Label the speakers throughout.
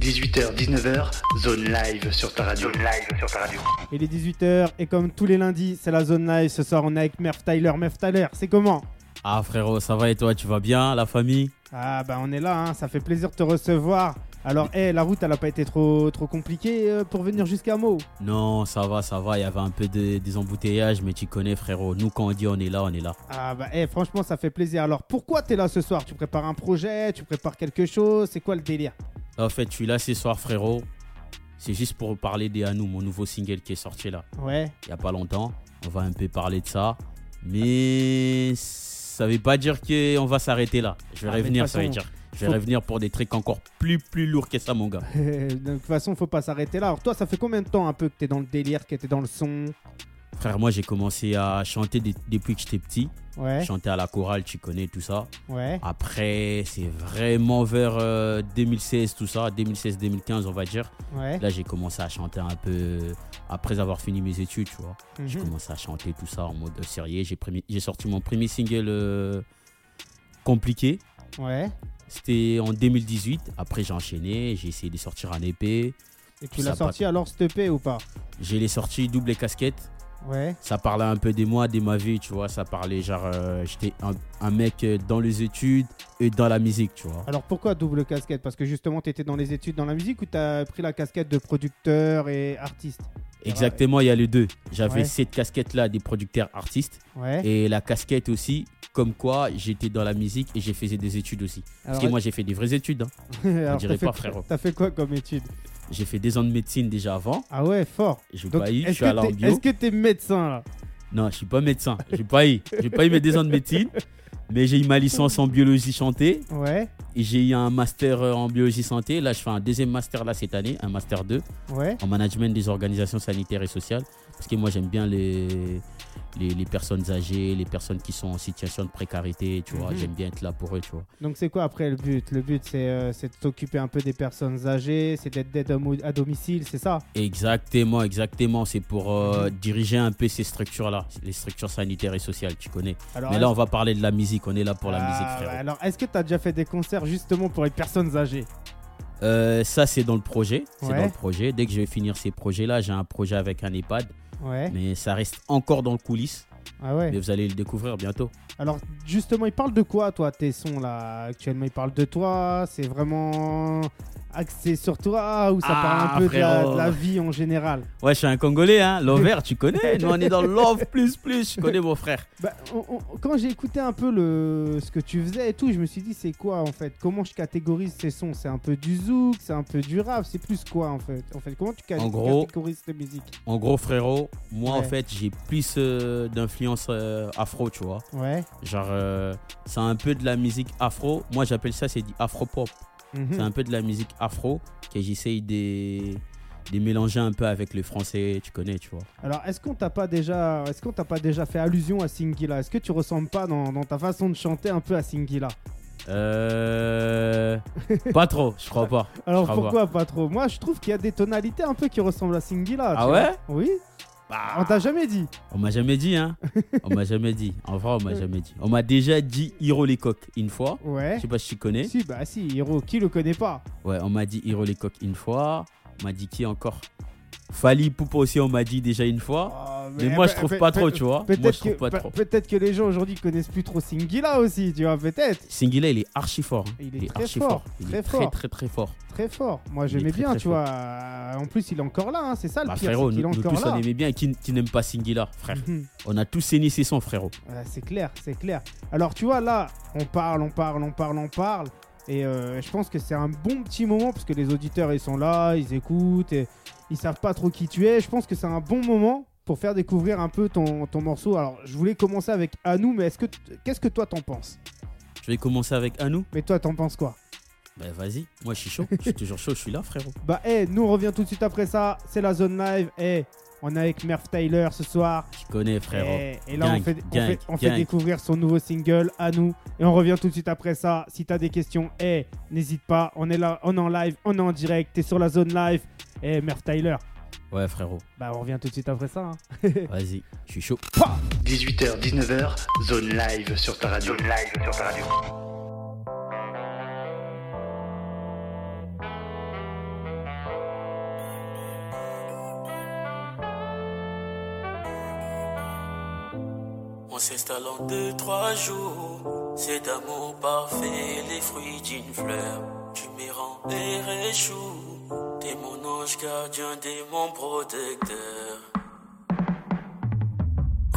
Speaker 1: 18h, 19h, zone live sur ta radio.
Speaker 2: Zone live sur ta radio.
Speaker 3: Il est 18h et comme tous les lundis, c'est la zone live. Ce soir, on est avec Merv Tyler. Merv Tyler, c'est comment
Speaker 4: Ah frérot, ça va et toi, tu vas bien, la famille
Speaker 3: Ah bah on est là, hein, ça fait plaisir de te recevoir. Alors, eh, la route, elle a pas été trop, trop compliquée euh, pour venir jusqu'à Meaux
Speaker 4: Non, ça va, ça va, il y avait un peu de, des embouteillages, mais tu connais frérot, nous quand on dit on est là, on est là.
Speaker 3: Ah bah eh, franchement, ça fait plaisir. Alors, pourquoi t'es là ce soir Tu prépares un projet Tu prépares quelque chose C'est quoi le délire
Speaker 4: En fait, je suis là ce soir frérot, c'est juste pour parler des Hanou, mon nouveau single qui est sorti là,
Speaker 3: Ouais.
Speaker 4: il y a pas longtemps, on va un peu parler de ça, mais ça veut pas dire qu'on va s'arrêter là. Je vais
Speaker 3: Ah, mais de
Speaker 4: revenir,
Speaker 3: toute
Speaker 4: ça veut
Speaker 3: façon,
Speaker 4: dire. Je vais
Speaker 3: faut-
Speaker 4: revenir pour des trucs encore plus plus lourds que ça mon gars.
Speaker 3: De toute façon, faut pas s'arrêter là. Alors, toi, ça fait combien de temps un peu que t'es dans le délire, que t'es dans le son
Speaker 4: Frère, moi j'ai commencé à chanter des- depuis que j'étais petit,
Speaker 3: Ouais,
Speaker 4: chanter à la chorale, tu connais tout ça.
Speaker 3: ouais.
Speaker 4: Après, c'est vraiment vers euh, 2016, tout ça, 2016-2015, on va dire.
Speaker 3: Ouais.
Speaker 4: Là, j'ai commencé à chanter un peu euh, après avoir fini mes études, tu vois. J'ai
Speaker 3: Mhm.
Speaker 4: commencé à chanter tout ça en mode sérieux. J'ai primi- j'ai sorti mon premier single euh, compliqué.
Speaker 3: Ouais.
Speaker 4: C'était en 2018. Après, j'ai enchaîné. J'ai essayé de sortir un E EP.
Speaker 3: Et tu
Speaker 4: Ça
Speaker 3: l'as
Speaker 4: va.
Speaker 3: sorti alors, cette EP ou pas
Speaker 4: J'ai les sorties double et casquette.
Speaker 3: Ouais.
Speaker 4: Ça parlait un peu des mois, de ma vie, tu vois. Ça parlait genre, euh, j'étais un, un mec euh, dans les études et dans la musique, tu vois.
Speaker 3: Alors pourquoi double casquette Parce que justement, t'étais dans les études dans la musique ou t'as pris la casquette de producteur et artiste
Speaker 4: Exactement, il y a les deux. J'avais
Speaker 3: Bah, Ouais.
Speaker 4: cette casquette-là des producteurs artistes
Speaker 3: Ouais.
Speaker 4: et la casquette aussi, comme quoi j'étais dans la musique et j'ai faisais des études aussi. Parce
Speaker 3: Alors,
Speaker 4: que moi, j'ai fait des vraies études. hein.
Speaker 3: alors,
Speaker 4: dirait
Speaker 3: t'as fait-
Speaker 4: pas, frérot.
Speaker 3: T'as fait quoi comme étude
Speaker 4: J'ai fait des ans de médecine déjà avant.
Speaker 3: Ah ouais, fort.
Speaker 4: J'ai
Speaker 3: Donc,
Speaker 4: pas eu, je
Speaker 3: est-ce
Speaker 4: suis allé en
Speaker 3: que t'es-
Speaker 4: bio.
Speaker 3: est-ce que t'es médecin là
Speaker 4: Non, je suis pas médecin. J'ai pas eu. J'ai pas eu mes deux ans de médecine. Mais j'ai eu ma licence en biologie chantée
Speaker 3: Ouais,
Speaker 4: et j'ai eu un master euh, en biologie santé. Là, je fais un deuxième master là cette année, un master 2
Speaker 3: ouais.
Speaker 4: en management des organisations sanitaires et sociales. Parce que moi, j'aime bien les, les, les personnes âgées, les personnes qui sont en situation de précarité, tu vois.
Speaker 3: Mhm.
Speaker 4: J'aime bien être là pour eux, tu vois.
Speaker 3: Donc c'est quoi après le but Le but c'est euh, c'est de s'occuper un peu des personnes âgées, c'est d'être d'aide à mo- à domicile, c'est ça
Speaker 4: Exactement, exactement. C'est pour euh,
Speaker 3: Mhm.
Speaker 4: diriger un peu ces structures-là, les structures sanitaires et sociales, tu connais.
Speaker 3: alors,
Speaker 4: Mais là, on va parler de la musique. On est là pour la
Speaker 3: Ah,
Speaker 4: musique,
Speaker 3: ouais,
Speaker 4: frérot.
Speaker 3: Alors est-ce que t'as déjà fait des concerts justement pour les personnes âgées
Speaker 4: Euh, ça, c'est dans le projet. C'est
Speaker 3: Ouais.
Speaker 4: dans le projet. Dès que je vais finir ces projets-là, j'ai un projet avec un EHPAD.
Speaker 3: Ouais.
Speaker 4: Mais ça reste encore dans le coulisse.
Speaker 3: Ah ouais.
Speaker 4: Mais vous allez le découvrir bientôt.
Speaker 3: Alors justement, il parle de quoi toi tes sons là actuellement Il parle de toi, c'est vraiment axé sur toi ou ça
Speaker 4: Ah,
Speaker 3: parle un peu de la,
Speaker 4: frérot.
Speaker 3: de la vie en général
Speaker 4: Ouais, je suis un Congolais, hein. L'envers, tu connais. Nous, on est dans le love plus plus. Je connais mon frère.
Speaker 3: Bah, on- on- quand j'ai écouté un peu le ce que tu faisais et tout, je me suis dit c'est quoi en fait Comment je catégorise ces sons C'est un peu du zouk, c'est un peu du rap, c'est plus quoi en fait En fait, comment tu cat-
Speaker 4: En gros-
Speaker 3: catégorises tes musiques
Speaker 4: En gros, frérot, moi, en
Speaker 3: Ouais.
Speaker 4: fait, j'ai plus euh, d'influence euh, afro, tu vois.
Speaker 3: Ouais.
Speaker 4: Genre, euh, c'est un peu de la musique afro. Moi, j'appelle ça, c'est du afro-pop.
Speaker 3: Mhm.
Speaker 4: C'est un peu de la musique afro que j'essaye de, de mélanger un peu avec le français, tu connais, tu vois.
Speaker 3: Alors est-ce qu'on t'a pas déjà est-ce qu'on t'a pas déjà fait allusion à Singila Est-ce que tu ressembles pas dans, dans ta façon de chanter un peu à Singila
Speaker 4: Euh... pas trop, je crois pas.
Speaker 3: Alors
Speaker 4: Au
Speaker 3: pourquoi pas trop Moi je trouve qu'il y a des tonalités un peu qui ressemblent à Singila.
Speaker 4: Ah ouais
Speaker 3: Oui
Speaker 4: Bah,
Speaker 3: On t'a jamais dit
Speaker 4: On m'a jamais dit, hein. On m'a jamais dit. En vrai, on m'a jamais dit. On m'a déjà dit Hiro les coques une fois.
Speaker 3: Ouais.
Speaker 4: Je sais pas si tu connais.
Speaker 3: Si, bah si, Hiro, qui le connaît pas
Speaker 4: Ouais, on m'a dit Hiro les coques une fois. On m'a dit qui encore Fali Poupa aussi, on m'a dit déjà une fois. Oh,
Speaker 3: Oh, Ah,
Speaker 4: Mais moi, je trouve pas trop, tu vois. Moi, je
Speaker 3: bah, Peut-être
Speaker 4: trouve pas
Speaker 3: que,
Speaker 4: trop.
Speaker 3: peut que les gens aujourd'hui connaissent plus trop Singila aussi, tu vois, peut-être.
Speaker 4: Singila, il est archi fort. hein.
Speaker 3: Il est très
Speaker 4: archi
Speaker 3: fort,
Speaker 4: Il
Speaker 3: très
Speaker 4: est
Speaker 3: fort.
Speaker 4: très, très, très fort.
Speaker 3: Très fort. Moi,
Speaker 4: Il est
Speaker 3: j'aimais
Speaker 4: très,
Speaker 3: bien,
Speaker 4: très
Speaker 3: tu vois. En plus, il est encore là, hein, c'est ça le
Speaker 4: Bah,
Speaker 3: pire. c'est
Speaker 4: frérot, nous,
Speaker 3: qu'il est
Speaker 4: nous
Speaker 3: encore
Speaker 4: tous,
Speaker 3: là.
Speaker 4: on aimait bien. Qui, qui n'aime pas Singila, frère
Speaker 3: Mhm.
Speaker 4: On a tous saigné ses sons, frérot.
Speaker 3: Ah, c'est clair, c'est clair. Alors tu vois là, on parle, on parle, on parle, on parle. Et euh, je pense que c'est un bon petit moment parce que les auditeurs ils sont là, ils écoutent, et ils savent pas trop qui tu es. Je pense que c'est un bon moment pour faire découvrir un peu ton, ton morceau. Alors je voulais commencer avec Anou, mais est-ce que t- qu'est-ce que toi t'en penses
Speaker 4: Je vais commencer avec Anou.
Speaker 3: Mais toi t'en penses quoi
Speaker 4: Bah, vas-y. Moi, je suis chaud. Je suis toujours chaud. Je suis là, frérot.
Speaker 3: Bah eh, nous on revient tout de suite après ça. C'est la zone live. Eh, on est avec Merv Tyler ce soir.
Speaker 4: Je connais, frérot.
Speaker 3: Eh, Et, et là,
Speaker 4: Gang,
Speaker 3: on, fait, on
Speaker 4: gang,
Speaker 3: fait- on fait
Speaker 4: gang.
Speaker 3: découvrir son nouveau single à nous. Et on revient tout de suite après ça. Si t'as des questions, eh, n'hésite pas. On est là, on est en live, on est en direct. T'es sur la zone live. Et Merv Tyler,
Speaker 4: Ouais, frérot.
Speaker 3: bah, on revient tout de suite après ça. hein.
Speaker 4: Vas-y. Je suis chaud.
Speaker 1: 18h, 19h, zone live sur ta radio.
Speaker 2: Zone live sur ta radio.
Speaker 5: s'installe en deux, trois jours. Cet amour parfait, les fruits d'une fleur. Tu me rends et échoue. T'es mon ange gardien, t'es mon protecteur.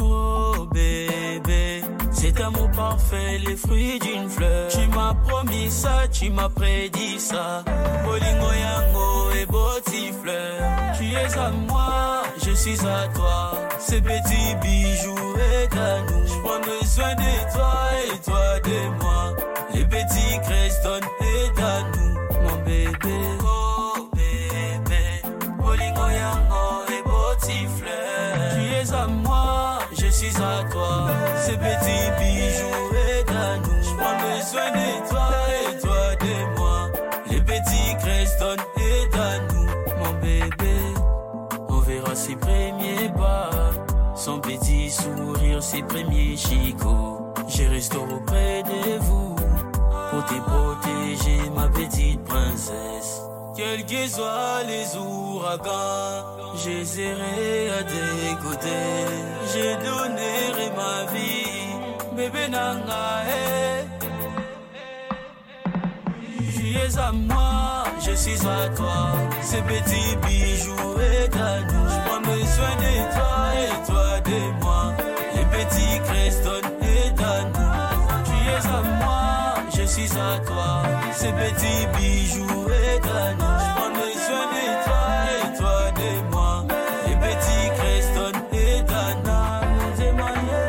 Speaker 5: Oh bébé, cet amour parfait, les fruits d'une fleur. Tu m'as promis ça, tu m'as prédit ça. Bolingo yango et boti fleur. Tu es à moi, je suis à toi. Ces petits bijoux est à nous. Je prends besoin de toi et toi de moi. Les petits Creston est à nous, mon bébé. Oh bébé, bolingo yango et boti fleur. Tu es à moi, je suis à toi. Ces petits bijoux est à nous. Je prends besoin de toi et toi de moi. Les petits Creston est à nous, mon bébé. On verra ses premiers pas, son petit sourire, ses premiers chicots. Je resterai auprès de vous pour te protéger, ma petite princesse. Quels que soient les ouragans, je serai à tes côtés. Je donnerai ma vie, bébé Nanga. eh. Tu es à moi, je suis à toi. Ces petits bijoux est à nous. Je prends besoin de toi et toi de moi. Les petits Creston est à nous. Tu es à moi, je suis à toi. Ces petits bijoux est à nous. Je prends besoin de toi et toi de moi. Les petits Creston est à nous. T'es marié,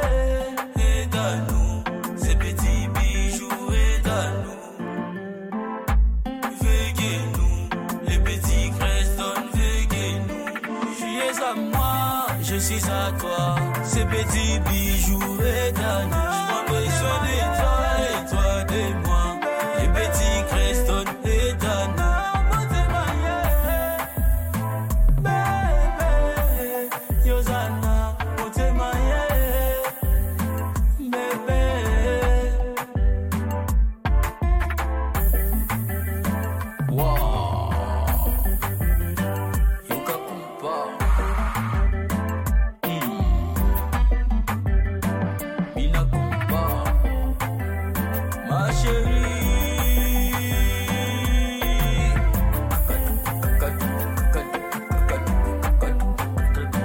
Speaker 5: est à nous. Ces petits bijoux est à nous. Veguez-nous, les petits Creston, veguez-nous. Tu es à moi, je suis à toi. Ces petits bijoux et à nous. Je prends besoin de toi et toi de moi. Les petits Creston et à nous. Bébé, Yosana, on te maille. Bébé. Wow. Yuka Kumpa. Mm. Mina Kumpa. Ma chérie. Kakadu, kakadu, kakadu, kakadu, kakadu, kakadu.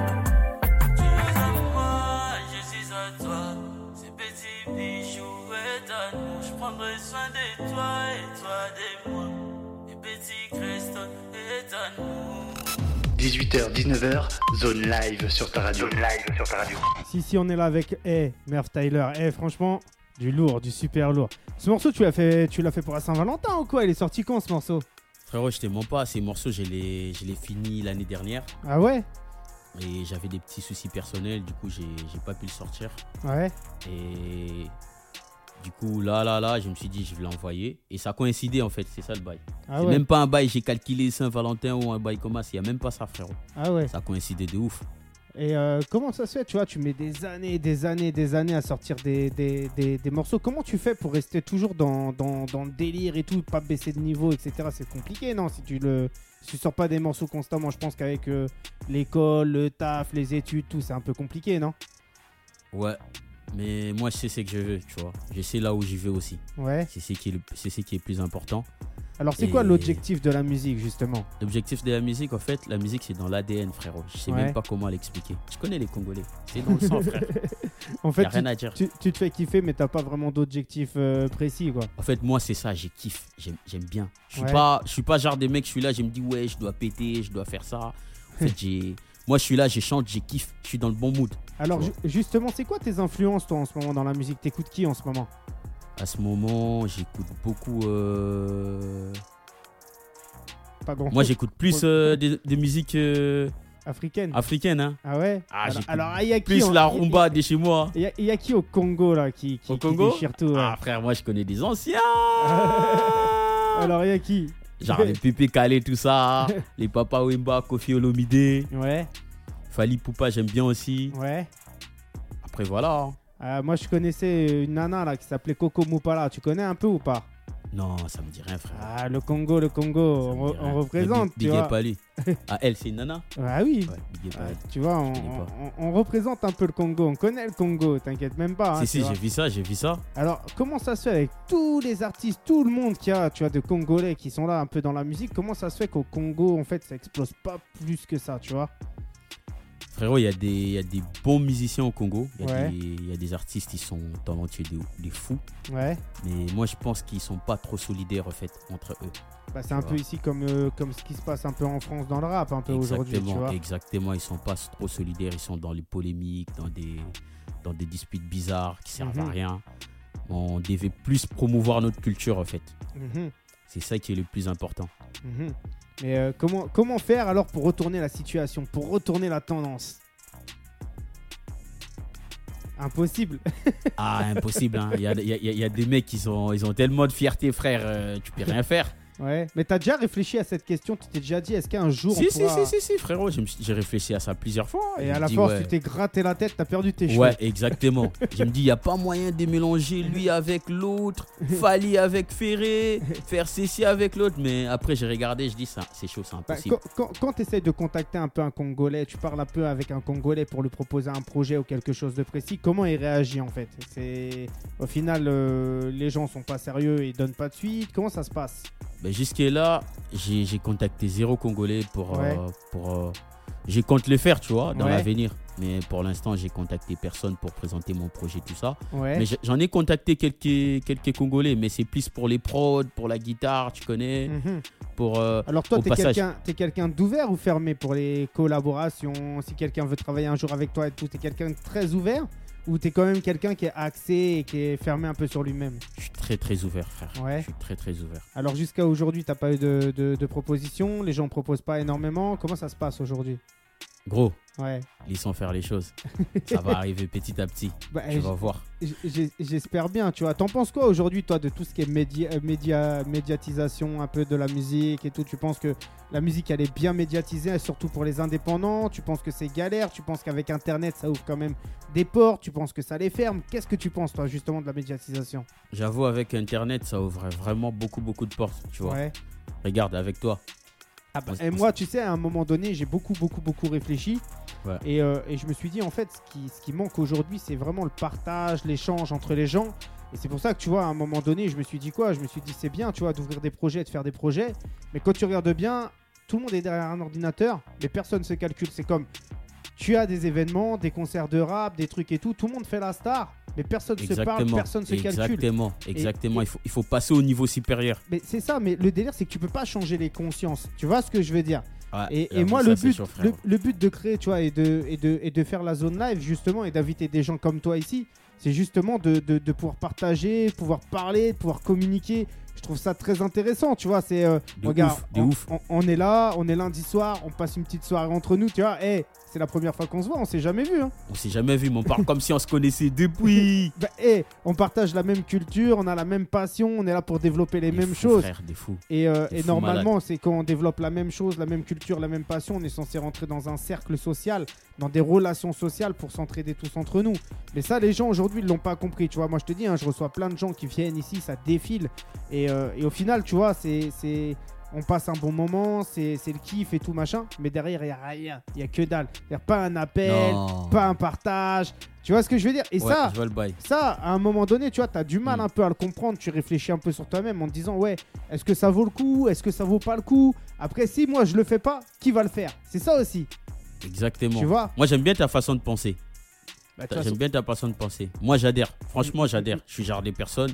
Speaker 5: Tu es à moi, je suis à toi. Ces petits bijoux est à nous. Je prendrai soin de toi et toi de moi. Les petits Creston est à nous.
Speaker 1: 18h, 19h, zone live sur ta radio.
Speaker 2: Zone live sur ta radio.
Speaker 3: Si, si, on est là avec hey, Merv Tyler. Hey, franchement, du lourd, du super lourd. Ce morceau, tu l'as fait, tu l'as fait pour la Saint-Valentin ou quoi Il est sorti quand ce morceau
Speaker 4: Frérot, je te mens pas, ces morceaux, je les, je les finis l'année dernière.
Speaker 3: Ah ouais
Speaker 4: Et j'avais des petits soucis personnels, du coup, j'ai j'ai pas pu le sortir.
Speaker 3: Ouais.
Speaker 4: Et du coup, là, là, là, je me suis dit, je vais l'envoyer. Et ça a coïncidé, en fait, c'est ça le bail.
Speaker 3: Ah
Speaker 4: c'est
Speaker 3: ouais.
Speaker 4: même pas un bail, j'ai calculé Saint-Valentin ou un bail comme ça, il n'y a même pas ça, frérot.
Speaker 3: Ah ouais.
Speaker 4: Ça a coïncidé de ouf.
Speaker 3: Et euh, comment ça se fait Tu vois, tu mets des années, des années, des années à sortir des, des, des- des morceaux. Comment tu fais pour rester toujours dans, dans, dans le délire et tout, pas baisser de niveau, etc. C'est compliqué, non Si tu le, si tu sors pas des morceaux constamment, je pense qu'avec euh, l'école, le taf, les études, tout, c'est un peu compliqué, non
Speaker 4: Ouais. Mais moi, je sais ce que je veux, tu vois. Je sais là où j'y vais aussi.
Speaker 3: Ouais.
Speaker 4: C'est ce qui est, le- c'est ce qui est plus important.
Speaker 3: Alors, c'est quoi
Speaker 4: Et-
Speaker 3: l'objectif de la musique, justement
Speaker 4: L'objectif de la musique, en fait, la musique, c'est dans l'ADN, frérot. Je sais
Speaker 3: Ouais.
Speaker 4: même pas comment l'expliquer. Je connais les Congolais. C'est dans le sang, frère.
Speaker 3: En
Speaker 4: Y
Speaker 3: fait,
Speaker 4: a rien à dire.
Speaker 3: tu, tu- tu te fais kiffer, mais t'as pas vraiment d'objectif euh, précis, quoi.
Speaker 4: En fait, moi, c'est ça, j'ai kiff, j'aime j'aime bien. Je suis
Speaker 3: Ouais.
Speaker 4: pas, je suis pas genre des mecs, je suis là, je me dis ouais, je dois péter, je dois faire ça. En fait, j'ai, moi, je suis là, je chante, j'ai kiff, je suis dans le bon mood.
Speaker 3: Alors,
Speaker 4: Ouais.
Speaker 3: ju- justement, c'est quoi tes influences, toi, en ce moment, dans la musique T'écoutes qui en ce moment
Speaker 4: À ce moment, j'écoute beaucoup. euh,
Speaker 3: Pas grand
Speaker 4: Moi, j'écoute plus euh, des, des musiques euh,
Speaker 3: Africaine.
Speaker 4: africaines, hein.
Speaker 3: Ah ouais
Speaker 4: Ah,
Speaker 3: Alors,
Speaker 4: j'écoute
Speaker 3: alors, il y a qui
Speaker 4: Plus
Speaker 3: en-
Speaker 4: la
Speaker 3: il-
Speaker 4: rumba de chez moi.
Speaker 3: Il y a- il y, a qui au Congo là qui, qui,
Speaker 4: Au
Speaker 3: qui
Speaker 4: Congo
Speaker 3: déchire tout ouais.
Speaker 4: Ah frère, moi, je connais des anciens. Ah.
Speaker 3: Alors il y a qui
Speaker 4: Genre les Pépé Calé, tout ça. les Papa Wemba, Kofi Olomide,
Speaker 3: Ouais,
Speaker 4: Fali Poupa, j'aime bien aussi.
Speaker 3: ouais.
Speaker 4: Après, voilà.
Speaker 3: Euh, moi je connaissais une nana là qui s'appelait Coco Moupala, tu connais un peu ou pas
Speaker 4: Non, ça me dit rien, frère.
Speaker 3: Ah, le Congo, le Congo,
Speaker 4: Ça me
Speaker 3: on, re-
Speaker 4: dit rien.
Speaker 3: on
Speaker 4: Mais
Speaker 3: représente,
Speaker 4: big-
Speaker 3: tu
Speaker 4: big
Speaker 3: vois.
Speaker 4: up à lui. Ah, elle, c'est une nana
Speaker 3: Ah oui,
Speaker 4: Ouais, big up à
Speaker 3: Ah,
Speaker 4: elle.
Speaker 3: tu vois, on,
Speaker 4: connais pas.
Speaker 3: on- on- on représente un peu le Congo, on connaît le Congo, t'inquiète même pas. hein,
Speaker 4: Si,
Speaker 3: tu
Speaker 4: si,
Speaker 3: vois.
Speaker 4: j'ai vu ça, j'ai vu ça.
Speaker 3: Alors, comment ça se fait avec tous les artistes, tout le monde qui a, tu vois, de Congolais qui sont là un peu dans la musique, comment ça se fait qu'au Congo, en fait, ça explose pas plus que ça, tu vois
Speaker 4: Frérot, il y, a des- il y a des bons musiciens au Congo. Il y, a
Speaker 3: Ouais.
Speaker 4: des- il y a des artistes qui sont talentueux, des, des fous.
Speaker 3: Ouais.
Speaker 4: Mais moi, je pense qu'ils sont pas trop solidaires, en fait, entre eux.
Speaker 3: Bah, c'est un
Speaker 4: Tu
Speaker 3: peu
Speaker 4: vois.
Speaker 3: ici comme, euh, comme ce qui se passe un peu en France dans le rap, un peu aujourd'hui, tu
Speaker 4: Exactement,
Speaker 3: vois.
Speaker 4: exactement. Ils sont pas trop solidaires. Ils sont dans les polémiques, dans des, dans des disputes bizarres qui servent
Speaker 3: Mhm.
Speaker 4: à rien. On devait plus promouvoir notre culture, en fait.
Speaker 3: Mhm.
Speaker 4: C'est ça qui est le plus important.
Speaker 3: Mhm. Mais euh, comment, comment faire alors pour retourner la situation, pour retourner la tendance Impossible.
Speaker 4: Ah, impossible. hein. Il y, a, il y a- il y a des mecs qui sont, ils ont tellement de fierté, frère. euh, tu peux rien faire.
Speaker 3: Ouais. Mais t'as déjà réfléchi à cette question Tu t'es déjà dit, est-ce qu'un jour
Speaker 4: Si,
Speaker 3: on
Speaker 4: si,
Speaker 3: pourra-
Speaker 4: si, si, si, frérot. je me suis- J'ai réfléchi à ça plusieurs fois. hein,
Speaker 3: Et
Speaker 4: Je
Speaker 3: à
Speaker 4: me
Speaker 3: la
Speaker 4: dis,
Speaker 3: force,
Speaker 4: ouais.
Speaker 3: tu t'es gratté la tête, t'as perdu tes cheveux.
Speaker 4: Ouais, exactement. je me dis, il n'y a pas moyen de mélanger lui avec l'autre, Fali avec Ferré, faire ceci avec l'autre. Mais après, j'ai regardé, je dis, ça, c'est chaud, c'est
Speaker 3: Bah,
Speaker 4: impossible.
Speaker 3: quand tu essayes de contacter un peu un Congolais, tu parles un peu avec un Congolais pour lui proposer un projet ou quelque chose de précis, comment il réagit en fait C'est Au final, euh, les gens sont pas sérieux, ils donnent pas de suite, comment ça se passe
Speaker 4: Ben, Jusque-là, j'ai j'ai contacté zéro Congolais pour. euh,
Speaker 3: Ouais.
Speaker 4: pour euh, j'ai compte le faire, tu vois, dans
Speaker 3: Ouais.
Speaker 4: l'avenir. Mais pour l'instant, j'ai contacté personne pour présenter mon projet, tout ça.
Speaker 3: Ouais.
Speaker 4: Mais j'ai- j'en ai contacté quelques, quelques Congolais, mais c'est plus pour les prods, pour la guitare, tu connais,
Speaker 3: Mhm.
Speaker 4: pour. euh,
Speaker 3: Alors toi,
Speaker 4: Au
Speaker 3: t'es
Speaker 4: passage.
Speaker 3: quelqu'un, t'es quelqu'un d'ouvert ou fermé pour les collaborations Si quelqu'un veut travailler un jour avec toi et tout, t'es quelqu'un de très ouvert ou t'es quand même quelqu'un qui est axé et qui est fermé un peu sur lui-même
Speaker 4: je suis très, très ouvert, frère.
Speaker 3: Ouais.
Speaker 4: Je suis très, très ouvert.
Speaker 3: Alors jusqu'à aujourd'hui, t'as pas eu de, de- de propositions, les gens proposent pas énormément. Comment ça se passe aujourd'hui
Speaker 4: Gros.
Speaker 3: Ouais.
Speaker 4: laissons faire les choses. Ça va arriver petit à petit.
Speaker 3: Bah,
Speaker 4: Tu vas voir.
Speaker 3: j- j- j'espère bien. Tu vois, t'en penses quoi aujourd'hui, toi, de tout ce qui est médi- euh, média, médiatisation, un peu de la musique et tout Tu penses que la musique, elle est bien médiatisée, surtout pour les indépendants Tu penses que c'est galère Tu penses qu'avec Internet, ça ouvre quand même des portes Tu penses que ça les ferme Qu'est-ce que tu penses, toi, justement, de la médiatisation
Speaker 4: J'avoue, avec Internet, ça ouvre vraiment beaucoup, beaucoup de portes. Tu vois.
Speaker 3: Ouais.
Speaker 4: Regarde, avec toi. On-
Speaker 3: Et
Speaker 4: on-
Speaker 3: moi, tu sais, à un moment donné, j'ai beaucoup, beaucoup, beaucoup réfléchi.
Speaker 4: Ouais.
Speaker 3: Et, euh, et je me suis dit, en fait, ce qui, ce qui manque aujourd'hui, c'est vraiment le partage, l'échange entre les gens. Et c'est pour ça que, tu vois, à un moment donné, je me suis dit quoi Je me suis dit, c'est bien, tu vois, d'ouvrir des projets, de faire des projets. Mais quand tu regardes bien, tout le monde est derrière un ordinateur, mais personne ne se calcule. C'est comme, tu as des événements, des concerts de rap, des trucs et tout. Tout le monde fait la star, mais personne ne se parle,
Speaker 4: Exactement.
Speaker 3: personne ne se calcule.
Speaker 4: Exactement. Exactement. Il, faut, il faut passer au niveau supérieur.
Speaker 3: Mais c'est ça, mais le délire, c'est que tu peux pas changer les consciences. Tu vois ce que je veux dire
Speaker 4: Ouais,
Speaker 3: et, et
Speaker 4: j'avoue,
Speaker 3: moi,
Speaker 4: ça,
Speaker 3: le
Speaker 4: c'est
Speaker 3: but,
Speaker 4: chaud, frère.
Speaker 3: le, le but de créer, tu vois, et de, et, de, et de faire la zone live, justement, et d'inviter des gens comme toi ici, c'est justement de, de- de pouvoir partager, de pouvoir parler, de pouvoir communiquer. Je trouve ça très intéressant, tu vois. C'est, euh,
Speaker 4: De
Speaker 3: regarde,
Speaker 4: ouf, de
Speaker 3: on,
Speaker 4: ouf.
Speaker 3: on- on est là, on est lundi soir, on passe une petite soirée entre nous, tu vois. Eh, c'est la première fois qu'on se voit, on s'est jamais vu. hein.
Speaker 4: On s'est jamais vu, mais on parle comme si on se connaissait depuis.
Speaker 3: Bah, eh, on partage la même culture, on a la même passion, on est là pour développer les
Speaker 4: Des
Speaker 3: mêmes
Speaker 4: fous,
Speaker 3: choses.
Speaker 4: Frère, des fous.
Speaker 3: Et, euh,
Speaker 4: Des
Speaker 3: et
Speaker 4: fous
Speaker 3: normalement, c'est quand on développe la même chose, la même culture, la même passion, on est censé rentrer dans un cercle social, dans des relations sociales pour s'entraider tous entre nous. Mais ça, les gens aujourd'hui ne l'ont pas compris. Tu vois, moi je te dis, hein, je reçois plein de gens qui viennent ici, ça défile. Et, euh, et au final, tu vois, c'est, c'est- on passe un bon moment, c'est, c'est le kiff et tout machin. Mais derrière, il n'y a rien, il n'y a que dalle. C'est-à-dire pas un appel,
Speaker 4: Non.
Speaker 3: pas un partage. Tu vois ce que je veux dire Et
Speaker 4: Ouais,
Speaker 3: ça,
Speaker 4: je vois le bail.
Speaker 3: ça, à un moment donné, tu vois, t'as du mal
Speaker 4: Mm.
Speaker 3: un peu à le comprendre. Tu réfléchis un peu sur toi-même en te disant, ouais, est-ce que ça vaut le coup Est-ce que ça vaut pas le coup Après, si moi je le fais pas, qui va le faire C'est ça aussi,
Speaker 4: Exactement.
Speaker 3: tu vois
Speaker 4: Moi, j'aime bien ta façon de penser.
Speaker 3: Bah, de toute
Speaker 4: Bah, J'aime
Speaker 3: façon-
Speaker 4: bien ta façon de penser. Moi, j'adhère. Franchement, j'adhère. Je suis genre des personnes.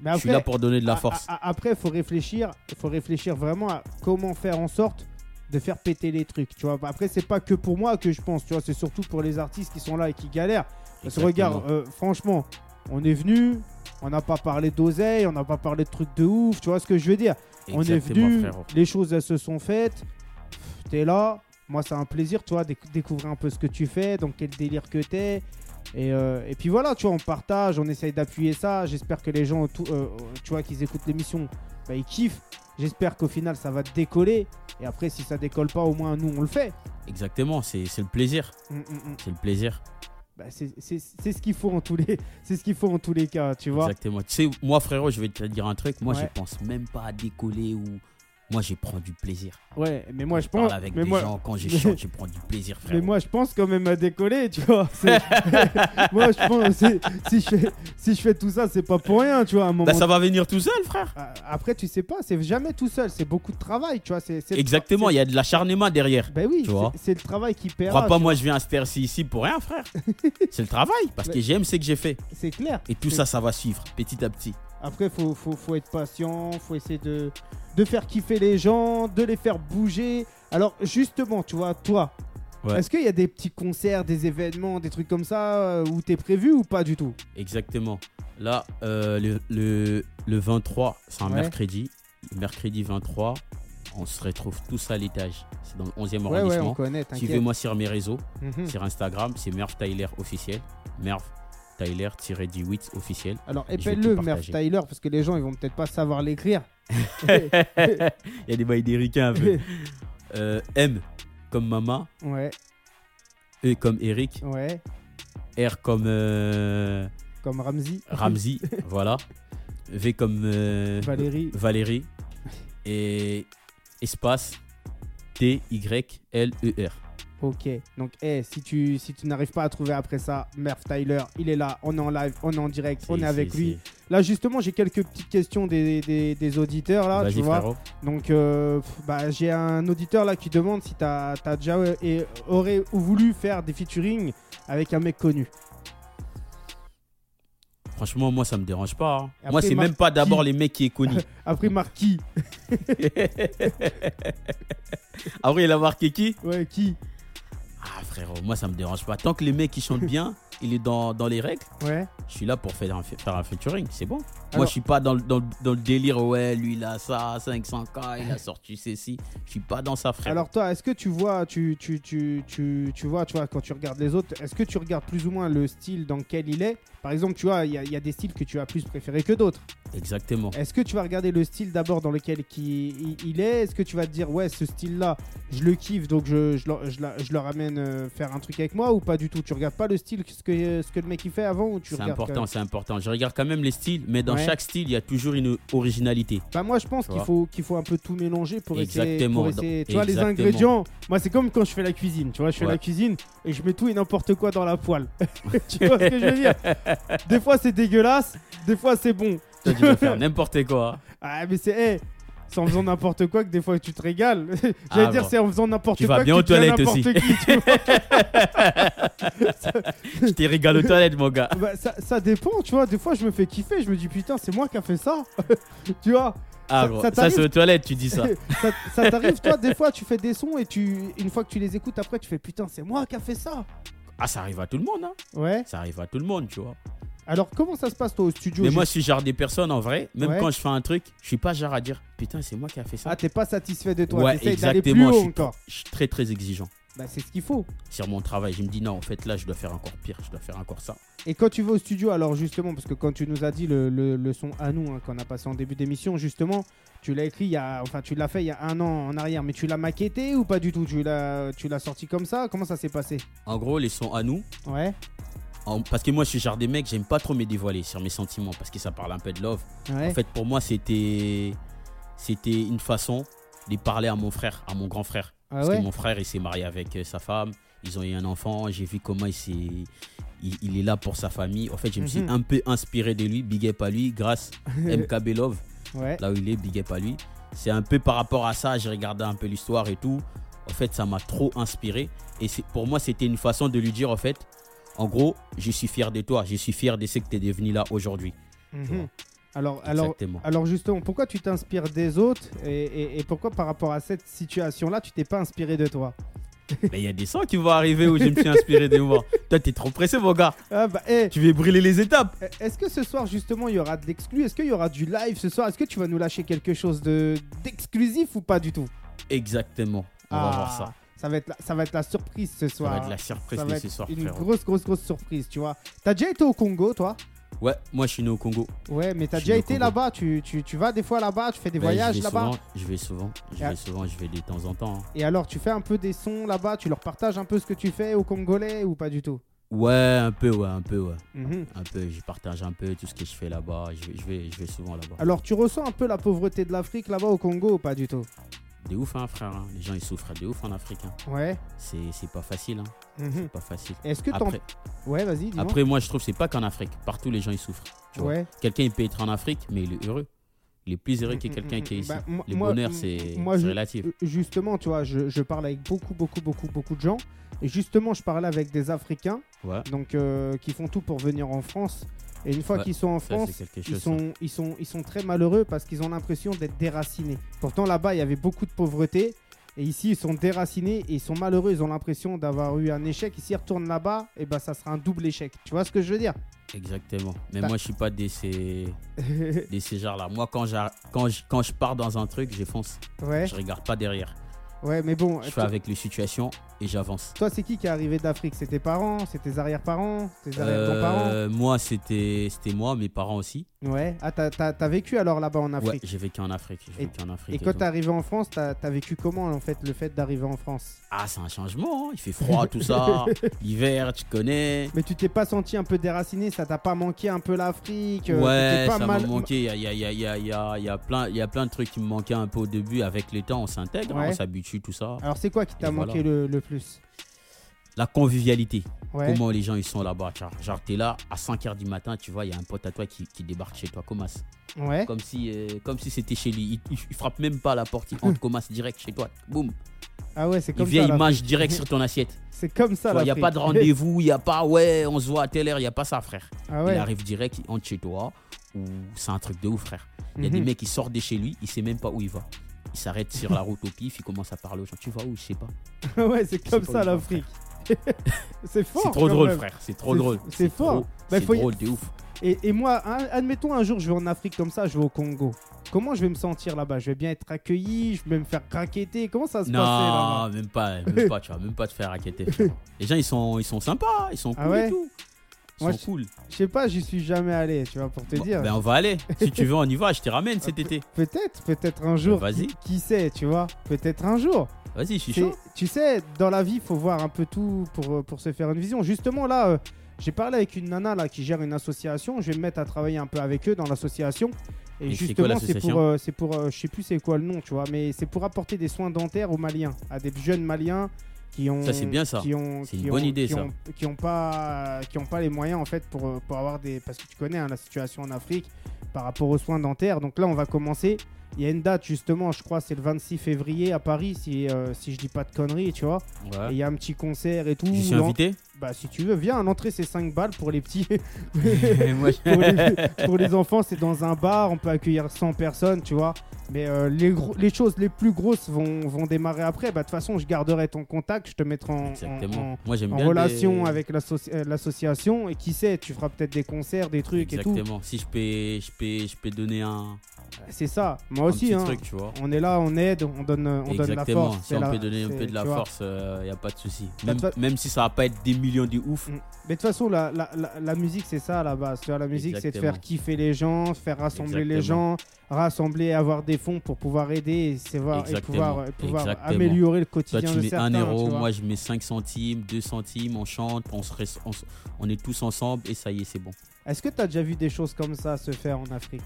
Speaker 3: Mais
Speaker 4: Je suis là pour donner de
Speaker 3: ah,
Speaker 4: la force.
Speaker 3: a- a- Après, faut réfléchir, faut réfléchir vraiment à comment faire en sorte de faire péter les trucs, tu vois. Après, c'est pas que pour moi que je pense, tu vois, c'est surtout pour les artistes qui sont là et qui galèrent. Parce que regarde,
Speaker 4: Exactement.
Speaker 3: euh, franchement, on est venu, on n'a pas parlé d'oseille, on n'a pas parlé de trucs de ouf, tu vois ce que je veux dire On est
Speaker 4: Exactement,
Speaker 3: venu,
Speaker 4: frérot.
Speaker 3: les choses elles se sont faites, Pff, t'es là, moi c'est un plaisir, tu vois, déc- découvrir un peu ce que tu fais, dans quel délire que t'es. Et, euh, et puis voilà, tu vois, on partage, on essaye d'appuyer ça. J'espère que les gens, tout- euh, tu vois, qu'ils écoutent l'émission, bah, ils kiffent. J'espère qu'au final ça va décoller. Et après, si ça décolle pas, au moins nous on le fait.
Speaker 4: Exactement, c'est c'est le plaisir.
Speaker 3: Mm, mm, mm.
Speaker 4: C'est le plaisir.
Speaker 3: bah, c'est c'est- c'est ce qu'il faut en tous les, c'est ce qu'il faut en tous les cas, tu vois.
Speaker 4: Exactement. Tu sais, moi, frérot, je vais te dire un truc. Moi,
Speaker 3: Ouais.
Speaker 4: je pense même pas à décoller ou. Moi, j'y prends du plaisir.
Speaker 3: Ouais, mais moi je
Speaker 4: Parle
Speaker 3: pense,
Speaker 4: avec
Speaker 3: mais
Speaker 4: des
Speaker 3: moi,
Speaker 4: gens, quand je
Speaker 3: mais-
Speaker 4: chante, je prends du plaisir, frérot.
Speaker 3: mais moi je pense quand même à décoller, tu vois. C'est- moi je pense, c'est- si je fais, si je fais tout ça, c'est pas pour rien, tu vois. À un moment.
Speaker 4: Là, Bah, ça va venir tout seul, frère.
Speaker 3: Euh, Après, tu sais pas, c'est jamais tout seul, c'est beaucoup de travail, tu vois. c'est- c'est-
Speaker 4: Exactement, il y a de l'acharnement derrière.
Speaker 3: Ben oui,
Speaker 4: Tu vois.
Speaker 3: c'est- c'est le travail qui perd.
Speaker 4: Crois pas, moi, je viens à cette heure-ci ici pour rien, frère. c'est le travail, parce que j'aime ce que j'ai fait.
Speaker 3: C'est clair.
Speaker 4: Et tout
Speaker 3: C'est-
Speaker 4: ça, ça va suivre, petit à petit.
Speaker 3: Après, faut, faut, faut être patient, faut essayer de, de faire kiffer les gens, de les faire bouger. Alors, justement, tu vois, toi,
Speaker 4: Ouais.
Speaker 3: est-ce qu'il y a des petits concerts, des événements, des trucs comme ça euh, où t'es prévu ou pas du tout
Speaker 4: Exactement. Là, euh, le, le, le 23, c'est un
Speaker 3: Ouais.
Speaker 4: mercredi. Mercredi 23, on se retrouve tous à l'étage. C'est dans le 11e
Speaker 3: Ouais, ouais, on
Speaker 4: arrondissement.
Speaker 3: connaît, t'inquiète.
Speaker 4: Suivez-moi sur mes réseaux.
Speaker 3: Mhm.
Speaker 4: Sur Instagram, c'est Merv Tyler officiel. Merv Tyler-18 officiel.
Speaker 3: Alors,
Speaker 4: vais tout
Speaker 3: épelle-le, Merv
Speaker 4: partager.
Speaker 3: Tyler, parce que les gens, ils vont peut-être pas savoir l'écrire.
Speaker 4: Il y a des bails d'Ericain un peu. Euh, M comme maman,
Speaker 3: ouais,
Speaker 4: E comme Eric,
Speaker 3: ouais,
Speaker 4: R comme euh,
Speaker 3: comme Ramsey,
Speaker 4: Ramzi, voilà. V comme euh,
Speaker 3: Valérie.
Speaker 4: Valérie. Et espace T Y L E R.
Speaker 3: Ok, donc eh, si tu, si tu n'arrives pas à trouver après ça, Merv Tyler, il est là, on est en live, on est en direct, on est avec lui. Là justement j'ai quelques petites questions des, des- des auditeurs là, Ah, tu
Speaker 4: Vas-y
Speaker 3: vois.
Speaker 4: frérot.
Speaker 3: Donc euh, pff, bah, j'ai un auditeur là qui demande si t'as as déjà euh, et aurait ou voulu faire des featuring avec un mec connu.
Speaker 4: Franchement, moi ça me dérange pas. hein.
Speaker 3: Après,
Speaker 4: Moi c'est
Speaker 3: Marc-
Speaker 4: même pas d'abord les mecs qui est connu.
Speaker 3: Après Marquis,
Speaker 4: Après il a marqué qui
Speaker 3: ouais qui
Speaker 4: Ah frérot, moi ça me dérange pas. Tant que les mecs ils chantent bien, il est dans, dans les règles,
Speaker 3: Ouais.
Speaker 4: je suis là pour faire un, faire un featuring, c'est bon. moi
Speaker 3: Alors-
Speaker 4: je suis pas dans, le- dans, le- dans le délire, ouais, lui il a ça, 500K, il a sorti ceci. Je suis pas dans ça frère.
Speaker 3: Alors toi est-ce que tu vois tu, tu, tu, tu, tu vois tu vois quand tu regardes les autres est-ce que tu regardes plus ou moins le style dans lequel il est Par exemple tu vois il y, a- il y a des styles que tu as plus préférés que d'autres.
Speaker 4: Exactement.
Speaker 3: Est-ce que tu vas regarder le style d'abord dans lequel qui, il- il est Est-ce que tu vas te dire, ouais, ce style-là, je le kiffe, donc je, je, le- je la- je le ramène euh, faire un truc avec moi ou pas du tout Tu regardes pas le style, ce que, ce que le mec il fait avant ou tu
Speaker 4: C'est
Speaker 3: regardes quand
Speaker 4: important,
Speaker 3: même
Speaker 4: c'est important. Je regarde quand même les styles, mais dans
Speaker 3: Ouais.
Speaker 4: chaque style, il y a toujours une originalité.
Speaker 3: Bah, moi, je pense
Speaker 4: Tu
Speaker 3: qu'il
Speaker 4: vois.
Speaker 3: faut, qu'il faut un peu tout mélanger pour essayer.
Speaker 4: Exactement,
Speaker 3: Pour essayer
Speaker 4: donc-
Speaker 3: tu vois, les
Speaker 4: exactement.
Speaker 3: ingrédients, moi, c'est comme quand je fais la cuisine, tu vois, je fais
Speaker 4: Ouais.
Speaker 3: la cuisine et je mets tout et n'importe quoi dans la poêle. tu vois ce que je veux dire Des fois, c'est dégueulasse, des fois, c'est bon.
Speaker 4: Toi, tu peux faire n'importe quoi. hein.
Speaker 3: Ah mais c'est hey, c'est en faisant n'importe quoi que des fois tu te régales. J'allais
Speaker 4: Ah,
Speaker 3: dire
Speaker 4: bon.
Speaker 3: c'est en faisant n'importe
Speaker 4: Tu
Speaker 3: quoi
Speaker 4: vas
Speaker 3: que
Speaker 4: bien aux
Speaker 3: tu deviens
Speaker 4: toilettes
Speaker 3: n'importe
Speaker 4: aussi.
Speaker 3: qui, tu vois.
Speaker 4: Je t'ai régalé aux toilettes, mon gars.
Speaker 3: Bah, ça, ça dépend, tu vois. Des fois je me fais kiffer, je me dis putain c'est moi qui a fait ça, tu vois.
Speaker 4: Ah,
Speaker 3: Ça-
Speaker 4: gros,
Speaker 3: ça
Speaker 4: ça, c'est
Speaker 3: t'arrive
Speaker 4: aux toilettes, tu dis ça.
Speaker 3: ça ça t'arrive toi des fois tu fais des sons et tu une fois que tu les écoutes après tu fais putain c'est moi qui a fait ça.
Speaker 4: Ah, ça arrive à tout le monde, hein.
Speaker 3: Ouais.
Speaker 4: Ça arrive à tout le monde, tu vois.
Speaker 3: Alors comment ça se passe toi au studio
Speaker 4: Mais moi, je
Speaker 3: juste-
Speaker 4: suis genre des personnes en vrai. Même
Speaker 3: Ouais.
Speaker 4: quand je fais un truc, je suis pas genre à dire Putain, c'est moi qui a fait ça.
Speaker 3: ah t'es pas satisfait de toi,
Speaker 4: Ouais,
Speaker 3: t'essayes d'aller plus
Speaker 4: exactement, je
Speaker 3: haut
Speaker 4: suis-
Speaker 3: encore.
Speaker 4: Je suis très très exigeant
Speaker 3: Bah c'est ce qu'il faut.
Speaker 4: sur mon travail. Je me dis Non, en fait, là, je dois faire encore pire. Je dois faire encore ça.
Speaker 3: Et quand tu vas au studio, alors justement, parce que quand tu nous as dit le, le- le son à nous hein, qu'on a passé en début d'émission, justement, tu l'as écrit il y a, enfin tu l'as fait il y a un an en arrière, mais tu l'as maquetté ou pas du tout Tu l'as, tu l'as sorti comme ça Comment ça s'est passé
Speaker 4: En gros, les sons à nous.
Speaker 3: Ouais,
Speaker 4: en- Parce que moi, je suis genre des mecs, j'aime pas trop me dévoiler sur mes sentiments parce que ça parle un peu de love.
Speaker 3: ouais,
Speaker 4: En fait, pour moi, c'était c'était une façon de parler à mon frère, à mon grand frère.
Speaker 3: ah
Speaker 4: Parce
Speaker 3: ouais.
Speaker 4: que mon frère, il s'est marié avec euh, sa femme. Ils ont eu un enfant. J'ai vu comment il, s'est- il, il est là pour sa famille. En fait, je me suis
Speaker 3: Mhm.
Speaker 4: un peu inspiré de lui. Big up à lui, grâce MKB Love.
Speaker 3: ouais.
Speaker 4: Là où il est, big up à lui. C'est un peu par rapport à ça. J'ai regardé un peu l'histoire et tout. En fait, ça m'a trop inspiré. Et c'est- pour moi, c'était une façon de lui dire, en fait, en gros, je suis fier de toi. Je suis fier de ce que tu es devenu là aujourd'hui.
Speaker 3: Mhm. Alors, alors,
Speaker 4: Exactement.
Speaker 3: alors justement, pourquoi tu t'inspires des autres et, et- et pourquoi par rapport à cette situation-là, tu t'es pas inspiré de toi
Speaker 4: Mais il y a des sons qui vont arriver où je me suis inspiré des moi. Toi, t'es trop pressé, mon gars.
Speaker 3: Ah bah, eh,
Speaker 4: Tu veux brûler les étapes.
Speaker 3: Est-ce que ce soir justement il y aura de l'exclu Est-ce qu'il y aura du live ce soir Est-ce que tu vas nous lâcher quelque chose de d'exclusif ou pas du tout Ah,
Speaker 4: Exactement. On va voir ça.
Speaker 3: Ça va être la, ça va être la surprise ce
Speaker 4: Ça
Speaker 3: soir. hein.
Speaker 4: va être la
Speaker 3: Ça
Speaker 4: surprise
Speaker 3: va
Speaker 4: de
Speaker 3: être
Speaker 4: ce soir,
Speaker 3: une
Speaker 4: frérot.
Speaker 3: grosse grosse grosse surprise, tu vois. T'as déjà été au Congo, toi
Speaker 4: Ouais, moi, je suis né au Congo.
Speaker 3: Ouais, mais t'as
Speaker 4: Je suis
Speaker 3: déjà
Speaker 4: au
Speaker 3: été
Speaker 4: Congo.
Speaker 3: là-bas. Tu, tu, tu vas des fois là-bas, tu fais des
Speaker 4: Ben,
Speaker 3: voyages
Speaker 4: je vais
Speaker 3: là-bas.
Speaker 4: souvent, Je vais souvent. Je
Speaker 3: Ah.
Speaker 4: vais souvent. Je vais de temps en temps. hein.
Speaker 3: Et alors, tu fais un peu des sons là-bas. Tu leur partages un peu ce que tu fais aux Congolais ou pas du tout
Speaker 4: Ouais, un peu, ouais, un peu, ouais.
Speaker 3: Mhm.
Speaker 4: Un peu, je partage un peu tout ce que je fais là-bas. Je, vais- je vais, je vais souvent là-bas.
Speaker 3: Alors, tu ressens un peu la pauvreté de l'Afrique là-bas au Congo ou pas du tout
Speaker 4: De ouf, hein, frère. hein. Les gens, ils souffrent de ouf en Afrique. hein.
Speaker 3: Ouais.
Speaker 4: C'est c'est pas facile, hein.
Speaker 3: Mhm.
Speaker 4: Pas facile.
Speaker 3: Est-ce que t'en.
Speaker 4: Après,
Speaker 3: Ouais, vas-y, dis-moi.
Speaker 4: après, moi, je trouve que c'est pas qu'en Afrique. Partout, les gens, ils souffrent. tu vois.
Speaker 3: ouais.
Speaker 4: Quelqu'un, il peut être en Afrique, mais il est heureux. Il est plus heureux que quelqu'un qui est ici.
Speaker 3: Bah, moi-
Speaker 4: Le
Speaker 3: moi-
Speaker 4: bonheur, c'est
Speaker 3: moi,
Speaker 4: c'est
Speaker 3: je-
Speaker 4: relatif.
Speaker 3: Justement, tu vois, je, je parle avec beaucoup, beaucoup, beaucoup, beaucoup de gens. Et justement, je parlais avec des Africains
Speaker 4: Ouais,
Speaker 3: donc, euh, qui font tout pour venir en France. Et une fois
Speaker 4: Ouais,
Speaker 3: qu'ils sont en
Speaker 4: ça,
Speaker 3: France,
Speaker 4: c'est quelque
Speaker 3: ils
Speaker 4: chose. ça.
Speaker 3: sont, ils, sont, ils sont très malheureux parce qu'ils ont l'impression d'être déracinés. Pourtant, là-bas, il y avait beaucoup de pauvreté. Et ici, ils sont déracinés et ils sont malheureux. Ils ont l'impression d'avoir eu un échec. Et s'ils retournent là-bas, et ben, ça sera un double échec. Tu vois ce que je veux dire
Speaker 4: Exactement. Mais
Speaker 3: T'as-
Speaker 4: moi, je suis pas de ces, de ces genres-là. Moi, quand, j'ar- quand, je, quand je pars dans un truc, je fonce.
Speaker 3: Ouais,
Speaker 4: Je regarde pas derrière.
Speaker 3: ouais, mais bon.
Speaker 4: Je fais
Speaker 3: toi-
Speaker 4: avec les situations et j'avance.
Speaker 3: Toi, c'est qui qui est arrivé d'Afrique C'est tes parents C'est tes arrière-parents Tes arrière-grands-parents
Speaker 4: Euh, moi, c'était c'était moi, mes parents aussi.
Speaker 3: Ouais. Ah, t'as- t'as t'as vécu alors là-bas en
Speaker 4: Ouais,
Speaker 3: Afrique
Speaker 4: j'ai vécu en Afrique. j'ai
Speaker 3: Et-
Speaker 4: vécu en Afrique
Speaker 3: Et
Speaker 4: et
Speaker 3: quand
Speaker 4: tout.
Speaker 3: t'es arrivé en France, t'as t'as vécu comment en fait le fait d'arriver en France
Speaker 4: Ah, c'est un changement. hein. Il fait froid, tout ça. L'hiver, tu connais.
Speaker 3: Mais tu t'es pas senti un peu déraciné Ça t'a pas manqué un peu l'Afrique euh,
Speaker 4: ouais,
Speaker 3: t'étais pas
Speaker 4: ça m'a
Speaker 3: mal-
Speaker 4: manqué. Il y a, il y a- il y a- il y a- il y a- il y a plein il y a plein de trucs qui me manquaient un peu au début. Avec le temps, on s'intègre, hein,
Speaker 3: Ouais.
Speaker 4: on s'habitue, tout ça.
Speaker 3: Alors c'est quoi qui t'a
Speaker 4: Et voilà.
Speaker 3: manqué le, le plus
Speaker 4: La convivialité.
Speaker 3: Ouais.
Speaker 4: Comment les gens ils sont là-bas. tu vois. Genre, t'es là à 5h du matin, tu vois, il y a un pote à toi qui, qui débarque chez toi, Comas.
Speaker 3: Ouais.
Speaker 4: Comme si euh, comme si c'était chez lui. Il, il- il frappe même pas à la porte, il entre Comas direct chez toi. Boum.
Speaker 3: Ah ouais, c'est
Speaker 4: Il
Speaker 3: comme
Speaker 4: vient,
Speaker 3: ça.
Speaker 4: il
Speaker 3: l'Afrique.
Speaker 4: mange direct sur ton assiette.
Speaker 3: C'est comme ça.
Speaker 4: Il n'y a
Speaker 3: l'Afrique.
Speaker 4: pas de rendez-vous, il n'y a pas, ouais, on se voit à telle heure, il n'y a pas ça, frère.
Speaker 3: Ah ouais.
Speaker 4: Il arrive direct, il entre chez toi, ou c'est un truc de ouf, frère. Il y a des
Speaker 3: Mhm.
Speaker 4: mecs qui sortent de chez lui, il sait même pas où il va. Il s'arrête sur la route au pif, il commence à parler aux gens. Tu vas où Je sais pas.
Speaker 3: ouais, c'est comme
Speaker 4: pas où
Speaker 3: ça
Speaker 4: ils vont,
Speaker 3: l'Afrique. c'est fort.
Speaker 4: C'est trop
Speaker 3: quand
Speaker 4: drôle,
Speaker 3: même.
Speaker 4: frère. C'est trop
Speaker 3: C'est-
Speaker 4: drôle.
Speaker 3: c'est fort.
Speaker 4: trop-
Speaker 3: Bah,
Speaker 4: C'est
Speaker 3: faut y-
Speaker 4: drôle, de ouf.
Speaker 3: Et, et moi, hein, admettons un jour je vais en Afrique comme ça, je vais au Congo. Comment je vais me sentir là-bas Je vais bien être accueilli, je vais me faire craqueter. Comment ça se hein. passe là-bas
Speaker 4: Non, même pas, même pas, tu vois, même pas te faire raqueter. frère. Les gens, ils sont, ils sont sympas, ils sont
Speaker 3: Ah
Speaker 4: cool
Speaker 3: ouais
Speaker 4: et tout. Ils
Speaker 3: Moi,
Speaker 4: sont cool.
Speaker 3: Je sais pas, j'y suis jamais allé, tu vois, pour te hein.
Speaker 4: Bon,
Speaker 3: dire.
Speaker 4: ben, on va aller. Si tu veux, on y va. Je te ramène cet été.
Speaker 3: Peut-être, peut-être un jour.
Speaker 4: Vas-y.
Speaker 3: Qui, qui sait, tu vois Peut-être un jour.
Speaker 4: Vas-y, je suis
Speaker 3: C'est-
Speaker 4: chaud.
Speaker 3: Tu sais, dans la vie, il faut voir un peu tout pour, euh, pour se faire une vision. Justement, là, euh, j'ai parlé avec une nana là, qui gère une association. Je vais me mettre à travailler un peu avec eux dans l'association. Et,
Speaker 4: Et c'est
Speaker 3: justement,
Speaker 4: quoi
Speaker 3: c'est
Speaker 4: l'association
Speaker 3: pour, euh, c'est pour euh, je sais plus c'est quoi le nom, tu vois, mais c'est pour apporter des soins dentaires aux Maliens, à des jeunes Maliens qui ont,
Speaker 4: Ça, c'est bien, ça.
Speaker 3: qui ont,
Speaker 4: C'est une
Speaker 3: qui
Speaker 4: bonne
Speaker 3: ont-
Speaker 4: idée,
Speaker 3: qui
Speaker 4: ça.
Speaker 3: ont- qui ont pas, qui ont pas les moyens en fait pour, euh, pour avoir des, parce que tu connais hein, la situation en Afrique par rapport aux soins dentaires. Donc là, on va commencer. Il y a une date justement, je crois, c'est le 26 février à Paris, si, euh, si je dis pas de conneries, tu vois. Et Il
Speaker 4: Ouais.
Speaker 3: y a un petit concert et tout.
Speaker 4: Je suis
Speaker 3: L'en-
Speaker 4: invité.
Speaker 3: Bah, si tu veux, viens. à L'entrée, c'est 5 balles pour les petits.
Speaker 4: Moi, je-
Speaker 3: pour, les, pour les enfants, c'est dans un bar, on peut accueillir 100 personnes, tu vois. Mais euh, les, gros- les choses les plus grosses vont, vont démarrer après. Bah, De toute façon, je garderai ton contact, je te mettrai en, en-
Speaker 4: Exactement. Moi, j'aime
Speaker 3: en
Speaker 4: bien.
Speaker 3: relation
Speaker 4: les-
Speaker 3: avec l'associ- euh, l'association. Et qui sait, tu feras peut-être des concerts, des trucs et tout.
Speaker 4: Exactement. Si je peux, je peux, je peux donner un,
Speaker 3: C'est ça. Moi
Speaker 4: un
Speaker 3: aussi,
Speaker 4: petit
Speaker 3: hein.
Speaker 4: truc, tu vois.
Speaker 3: on est là, on aide, on donne, euh, on donne la
Speaker 4: Exactement.
Speaker 3: force.
Speaker 4: si
Speaker 3: c'est
Speaker 4: on
Speaker 3: la-
Speaker 4: peut donner un peu
Speaker 3: c'est-
Speaker 4: de la
Speaker 3: tu vois.
Speaker 4: force, il a pas de souci.
Speaker 3: Bah,
Speaker 4: Même,
Speaker 3: de toute fa-
Speaker 4: même si ça va pas être des millions de ouf.
Speaker 3: Mm. Mais de toute façon, la, la, la, la musique, c'est ça à la base. Tu vois, la musique, c'est de
Speaker 4: Exactement.
Speaker 3: faire kiffer les gens, faire rassembler les gens,
Speaker 4: Exactement.
Speaker 3: rassembler et avoir des fonds pour pouvoir aider et, savoir, et
Speaker 4: Exactement.
Speaker 3: pouvoir, et pouvoir
Speaker 4: Exactement.
Speaker 3: améliorer le
Speaker 4: Toi,
Speaker 3: quotidien
Speaker 4: tu
Speaker 3: de
Speaker 4: mets
Speaker 3: certains.
Speaker 4: 1 euro,
Speaker 3: tu vois.
Speaker 4: moi, je mets 5 centimes, 2 centimes, on chante, on, se reste- on, s- on est tous ensemble et ça y est, c'est bon.
Speaker 3: Est-ce que tu as déjà vu des choses comme ça se faire en Afrique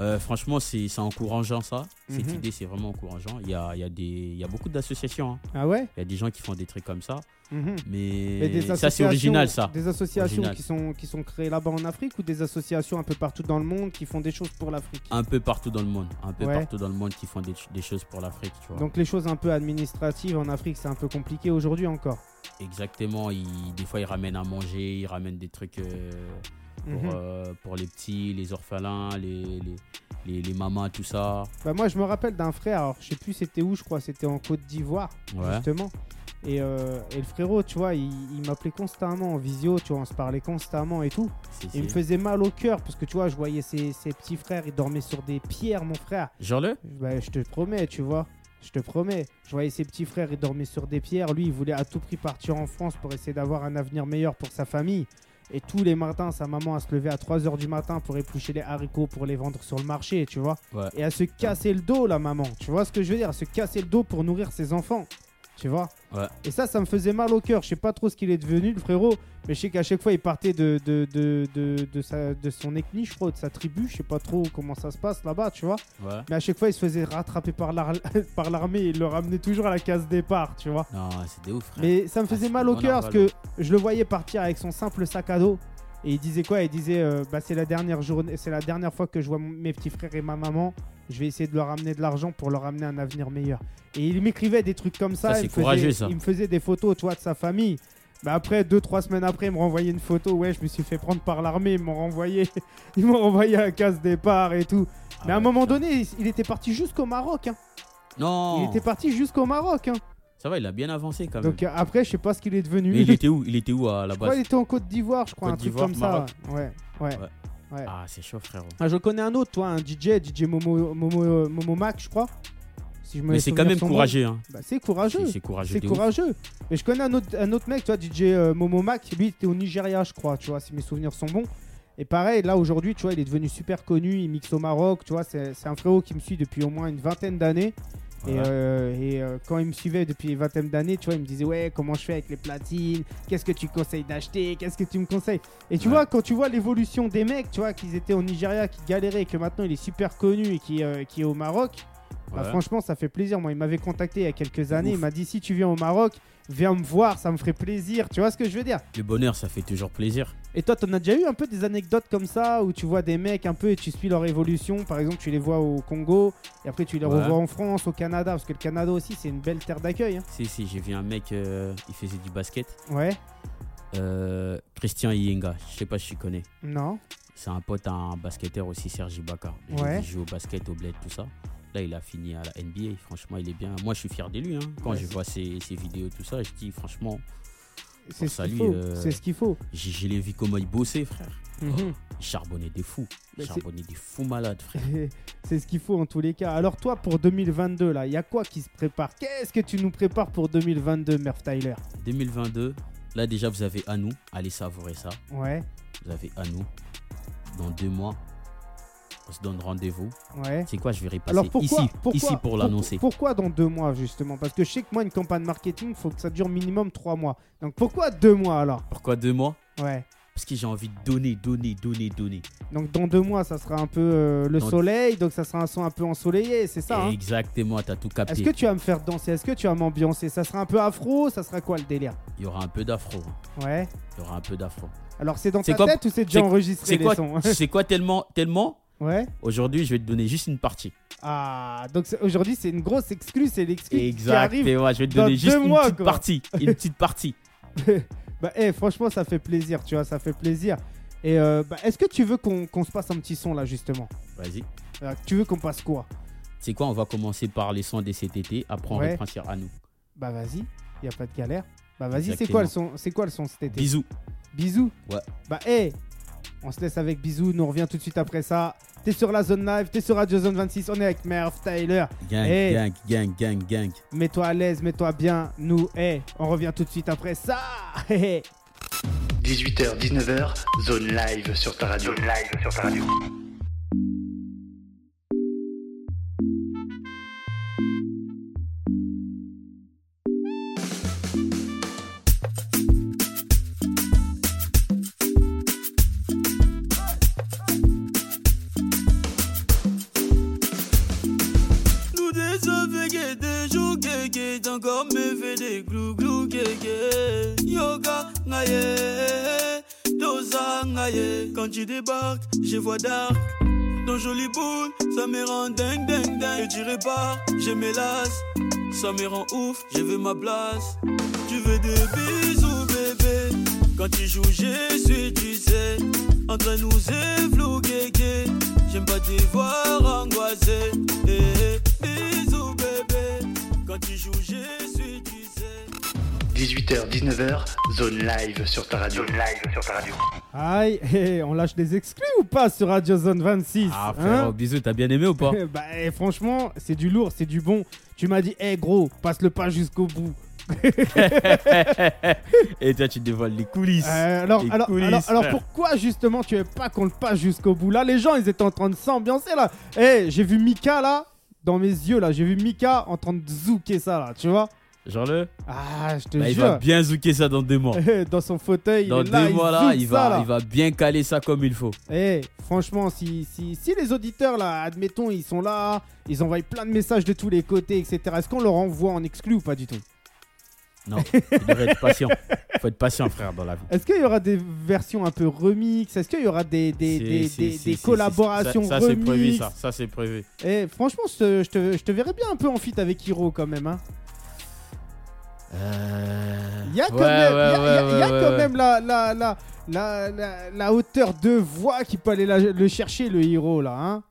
Speaker 4: Euh, franchement, c'est c'est encourageant ça. Cette
Speaker 3: Mhm.
Speaker 4: idée, c'est vraiment encourageant. Il y a, il y a des- il y a beaucoup d'associations. hein.
Speaker 3: Ah ouais
Speaker 4: Il y a des gens qui font des trucs comme ça.
Speaker 3: Mhm.
Speaker 4: Mais,
Speaker 3: Mais des
Speaker 4: ça, c'est
Speaker 3: associations-
Speaker 4: original, ça.
Speaker 3: Des associations
Speaker 4: Original.
Speaker 3: qui sont, qui sont créées là-bas en Afrique ou des associations un peu partout dans le monde qui font des choses pour l'Afrique
Speaker 4: Un peu partout dans le monde. Un peu
Speaker 3: Ouais.
Speaker 4: partout dans le monde qui font des, des choses pour l'Afrique, tu vois.
Speaker 3: Donc les choses un peu administratives en Afrique, c'est un peu compliqué aujourd'hui encore.
Speaker 4: Exactement. ils- des fois, ils ramènent à manger, ils ramènent des trucs euh, pour,
Speaker 3: Mhm.
Speaker 4: euh, pour les petits, les orphelins, les, les, les- les mamans, tout ça.
Speaker 3: Bah moi je me rappelle d'un frère, alors je sais plus c'était où, je crois c'était en Côte d'Ivoire,
Speaker 4: Ouais.
Speaker 3: justement. Et, euh, et le frérot, tu vois, il, il m'appelait constamment en visio, tu vois, on se parlait constamment et tout.
Speaker 4: C'est-
Speaker 3: Et il me
Speaker 4: c'est-
Speaker 3: faisait mal au cœur parce que tu vois, je voyais ses, ses petits frères, ils dormaient sur des pierres, mon frère.
Speaker 4: Genre-le
Speaker 3: Bah, je te promets, tu vois, je te promets. Je voyais ses petits frères, ils dormaient sur des pierres. Lui, il voulait à tout prix partir en France pour essayer d'avoir un avenir meilleur pour sa famille. Et tous les matins, sa maman à se lever à 3h du matin pour éplucher les haricots pour les vendre sur le marché, tu vois
Speaker 4: Ouais.
Speaker 3: et à se casser le dos, la maman. Tu vois ce que je veux dire À se casser le dos pour nourrir ses enfants. Tu vois
Speaker 4: Ouais.
Speaker 3: Et ça, ça me faisait mal au cœur. Je sais pas trop ce qu'il est devenu, le frérot. Mais je sais qu'à chaque fois, il partait de, de, de, de, de sa- de son ethnie, je crois, ou de sa tribu. Je sais pas trop comment ça se passe là-bas, tu vois.
Speaker 4: Ouais.
Speaker 3: Mais à chaque fois, il se faisait rattraper par l'ar- par l'armée. Il le ramenait toujours à la case départ, tu vois.
Speaker 4: Non, c'est des ouf, frère.
Speaker 3: Mais ça me
Speaker 4: Ah,
Speaker 3: faisait
Speaker 4: c'est hein.
Speaker 3: mal au
Speaker 4: bon
Speaker 3: cœur parce
Speaker 4: arbre,
Speaker 3: que je le voyais partir avec son simple sac à dos. Et il disait quoi Il disait euh, bah, c'est la dernière journée, c'est la dernière fois que je vois mon- mes petits frères et ma maman. Je vais essayer de leur ramener de l'argent pour leur ramener un avenir meilleur. Et il m'écrivait des trucs comme ça.
Speaker 4: Ça,
Speaker 3: il
Speaker 4: c'est
Speaker 3: me faisait-
Speaker 4: courageux, ça.
Speaker 3: Il me faisait des photos, toi, de sa famille. Mais après, deux, trois semaines après, il me renvoyait une photo. Ouais, je me suis fait prendre par l'armée. Ils m'ont renvoyé, ils m'ont renvoyé à casse départ et tout.
Speaker 4: Ah
Speaker 3: Mais à un
Speaker 4: ouais,
Speaker 3: moment
Speaker 4: putain. Oh.
Speaker 3: donné, il, il était parti jusqu'au Maroc. hein. Il
Speaker 4: Non.
Speaker 3: était parti jusqu'au Maroc. hein.
Speaker 4: Ça va, il a bien avancé quand même.
Speaker 3: Donc euh, après, je sais pas ce qu'il est devenu.
Speaker 4: Ah Mais il était où Il était où à la
Speaker 3: Je crois
Speaker 4: base
Speaker 3: qu'il était en Côte d'Ivoire, je crois,
Speaker 4: Côte
Speaker 3: un truc
Speaker 4: d'Ivoire,
Speaker 3: comme
Speaker 4: Maroc.
Speaker 3: ça. Ouais, ouais.
Speaker 4: Ouais.
Speaker 3: ouais.
Speaker 4: Ah, c'est chaud, frérot.
Speaker 3: Ah, je connais un autre, toi, un DJ, DJ Momo, Momo, Momo Mac, je crois. Si je me
Speaker 4: Mais c'est quand
Speaker 3: souviens
Speaker 4: même
Speaker 3: son nom.
Speaker 4: courageux. Hein.
Speaker 3: Bah, c'est
Speaker 4: C'est
Speaker 3: courageux.
Speaker 4: c'est courageux.
Speaker 3: C'est
Speaker 4: de ouf.
Speaker 3: courageux. Mais je connais un autre, un autre mec, toi, DJ euh, Momo Mac, lui, il était au Nigeria, je crois, tu vois, si mes souvenirs sont bons. Et pareil, là, aujourd'hui, tu vois, il est devenu super connu, il mixe au Maroc, tu vois, c'est c'est un frérot qui me suit depuis au moins une vingtaine d'années. Et,
Speaker 4: Ouais.
Speaker 3: euh, et, euh, quand il me suivait depuis une vingtaine d'années, tu vois, il me disait ouais comment je fais avec les platines, qu'est-ce que tu conseilles d'acheter, qu'est-ce que tu me conseilles. Et tu
Speaker 4: Ouais.
Speaker 3: vois quand tu vois l'évolution des mecs, tu vois qu'ils étaient au Nigeria, qui galéraient, et que maintenant il est super connu et qui euh, qui est au Maroc. bah,
Speaker 4: Ouais.
Speaker 3: franchement, ça fait plaisir. Moi, il m'avait contacté il y a quelques années.
Speaker 4: Ouf.
Speaker 3: Il m'a dit si tu viens au Maroc, viens me voir, ça me ferait plaisir. Tu vois ce que je veux dire
Speaker 4: Le bonheur, ça fait toujours plaisir.
Speaker 3: Et toi, t'en as déjà eu un peu des anecdotes comme ça où tu vois des mecs un peu et tu suis leur évolution. Par exemple, tu les vois au Congo et après tu les
Speaker 4: Ouais.
Speaker 3: revois en France, au Canada, parce que le Canada aussi, c'est une belle terre d'accueil. hein.
Speaker 4: Si, si, j'ai vu un mec, euh, il faisait du basket.
Speaker 3: Ouais.
Speaker 4: Euh, Christian Iyenga, je sais pas si tu connais.
Speaker 3: Non.
Speaker 4: C'est un pote, un basketteur aussi, Sergi Bakar.
Speaker 3: Ouais.
Speaker 4: Il joue au basket, au bled, tout ça. Là, il a fini à la NBA. Franchement, il est bien. Moi, je suis fier de lui. hein. Quand
Speaker 3: Ouais,
Speaker 4: je
Speaker 3: c'est-
Speaker 4: vois ses, ses vidéos, tout ça, je dis franchement,
Speaker 3: C'est ce
Speaker 4: ça,
Speaker 3: qu'il
Speaker 4: lui,
Speaker 3: faut.
Speaker 4: euh,
Speaker 3: C'est ce qu'il faut.
Speaker 4: j'ai- je l'ai vu comment il bossait, frère.
Speaker 3: Mhm.
Speaker 4: Il charbonnait des fous.
Speaker 3: Mais
Speaker 4: Il
Speaker 3: c'est-
Speaker 4: charbonnait des fous malades, frère.
Speaker 3: C'est ce qu'il faut en tous les cas. Alors toi, pour 2022, là, il y a quoi qui se prépare Qu'est-ce que tu nous prépares pour 2022, Merv Tyler
Speaker 4: 2022, là, déjà, vous avez à nous. Allez savourer ça.
Speaker 3: Ouais,
Speaker 4: Vous avez à nous. Dans deux mois, on se donne rendez-vous.
Speaker 3: ouais.
Speaker 4: Ah, C'est quoi Je vais repasser
Speaker 3: Alors pourquoi,
Speaker 4: ici,
Speaker 3: pourquoi-
Speaker 4: ici pour
Speaker 3: pour-
Speaker 4: l'annoncer.
Speaker 3: Pourquoi dans deux mois justement Parce que je sais que moi, une campagne marketing, faut que ça dure minimum trois mois. Donc pourquoi deux mois alors
Speaker 4: Pourquoi deux mois
Speaker 3: Ouais.
Speaker 4: Parce que j'ai envie de donner, donner, donner, donner.
Speaker 3: Donc dans deux mois, ça sera un peu euh, le
Speaker 4: Dans-
Speaker 3: soleil, donc ça sera un son un peu ensoleillé, c'est ça. hein
Speaker 4: Exactement, t'as tout
Speaker 3: Est-ce
Speaker 4: capté.
Speaker 3: que tu vas me faire danser Est-ce que tu vas m'ambiancer Ça sera un peu afro Ça sera quoi le délire
Speaker 4: Il y aura un peu d'afro. hein.
Speaker 3: Ouais.
Speaker 4: Il y aura un peu d'afro.
Speaker 3: Alors c'est dans
Speaker 4: C'est
Speaker 3: ta
Speaker 4: quoi-
Speaker 3: tête ou c'est déjà
Speaker 4: c'est-
Speaker 3: enregistré
Speaker 4: C'est
Speaker 3: les
Speaker 4: quoi,
Speaker 3: sons
Speaker 4: c'est quoi tellement, tellement
Speaker 3: Ouais.
Speaker 4: Aujourd'hui, je vais te donner juste une partie.
Speaker 3: Ah, donc c'est- aujourd'hui, c'est une grosse exclue, c'est l'exclue qui arrive.
Speaker 4: Exactement, je vais te
Speaker 3: dans
Speaker 4: donner juste
Speaker 3: deux
Speaker 4: une
Speaker 3: mois,
Speaker 4: petite
Speaker 3: quoi.
Speaker 4: partie. Une petite partie.
Speaker 3: Bah, eh, franchement, ça fait plaisir, tu vois, ça fait plaisir. Et euh, bah, est-ce que tu veux qu'on qu'on se passe un petit son là, justement
Speaker 4: Vas-y. Tu
Speaker 3: Euh, Tu veux qu'on passe quoi
Speaker 4: sais quoi, on va commencer par les sons des CTT, après on
Speaker 3: Ouais.
Speaker 4: reprend sur à nous.
Speaker 3: Bah, vas-y, y a pas de galère. Bah, vas-y, c'est quoi le son C'est quoi le son cet été
Speaker 4: Bisous.
Speaker 3: Bisous.
Speaker 4: Ouais.
Speaker 3: Bah, hey, on se laisse avec bisous. Nous, on revient tout de suite après ça. T'es sur la zone live, t'es sur Radio Zone 26. On est avec Merv Tyler.
Speaker 4: Gang,
Speaker 3: Hey.
Speaker 4: gang, gang, gang, gang.
Speaker 3: Mets-toi à l'aise, mets-toi bien. Nous, hey, on revient tout de suite après ça. Hey, hey.
Speaker 1: 18h, 19h, zone live sur ta radio.
Speaker 2: Zone live sur ta radio.
Speaker 5: Nous des aveugles, des jours guégués, d'encore me fait des glou glou guégués. Yoga ngaye, dosa ngaye. Quand tu débarques, je vois dark. Ton joli boule, ça me rend dingue dingue dingue. Que tu repars, je me lasse. Ça me rend ouf, je veux ma place. Tu veux des bisous, bébé. Quand tu joues, je suis, tu sais. Entre nous, c'est flou, guégué. J'aime pas te voir angoissé. Eh, eh, bisous, bébé. Quand tu joues, je suis, tu sais.
Speaker 1: 18h, 19h, zone live sur ta radio.
Speaker 2: Zone live sur ta radio.
Speaker 3: Aïe, hé, on lâche les exclus ou pas sur Radio Zone 26
Speaker 4: Ah,
Speaker 3: hein
Speaker 4: frérot, bisous, t'as bien aimé ou pas
Speaker 3: Bah, eh, franchement, c'est du lourd, c'est du bon. Tu m'as dit, hé gros, passe le pas jusqu'au bout.
Speaker 4: Et toi, tu dévoiles les coulisses.
Speaker 3: Euh, alors,
Speaker 4: les
Speaker 3: alors,
Speaker 4: coulisses,
Speaker 3: alors, alors
Speaker 4: frère.
Speaker 3: pourquoi justement tu veux pas qu'on le passe jusqu'au bout Là, les gens, ils étaient en train de s'ambiancer là. Eh, j'ai vu Mika là, dans mes yeux là, j'ai vu Mika en train de zouker ça là, tu vois
Speaker 4: Genre le.
Speaker 3: Ah, je te
Speaker 4: Bah, il va
Speaker 3: jure. Eh,
Speaker 4: bien zouker ça dans deux mois.
Speaker 3: dans son fauteuil,
Speaker 4: Dans
Speaker 3: il est
Speaker 4: deux
Speaker 3: là, il
Speaker 4: mois là,
Speaker 3: zouk
Speaker 4: il
Speaker 3: ça, là.
Speaker 4: va, il va bien caler ça comme il faut.
Speaker 3: Eh, franchement, si, si, si les auditeurs, là, admettons, ils sont là, ils envoient plein de messages de tous les côtés, etc., est-ce qu'on leur envoie en exclu ou pas du tout
Speaker 4: Non, il devrait être patient. Faut être patient, frère, dans la vie.
Speaker 3: Est-ce qu'il y aura des versions un peu remix Est-ce qu'il y aura des, des,
Speaker 4: C'est-
Speaker 3: des,
Speaker 4: c'est-
Speaker 3: des-
Speaker 4: c'est-
Speaker 3: des
Speaker 4: c'est-
Speaker 3: collaborations
Speaker 4: Ça, ça, c'est
Speaker 3: remix
Speaker 4: prévu, ça. Ça, c'est prévu.
Speaker 3: Eh, franchement, je te, je te- je te verrais bien un peu en feat avec Hiro quand même. Hein. Il y a quand même, il y a- il y a- il y a quand même la, la, la, la, la- la hauteur de voix qui peut aller la- le chercher, le Hiro, là. Hein.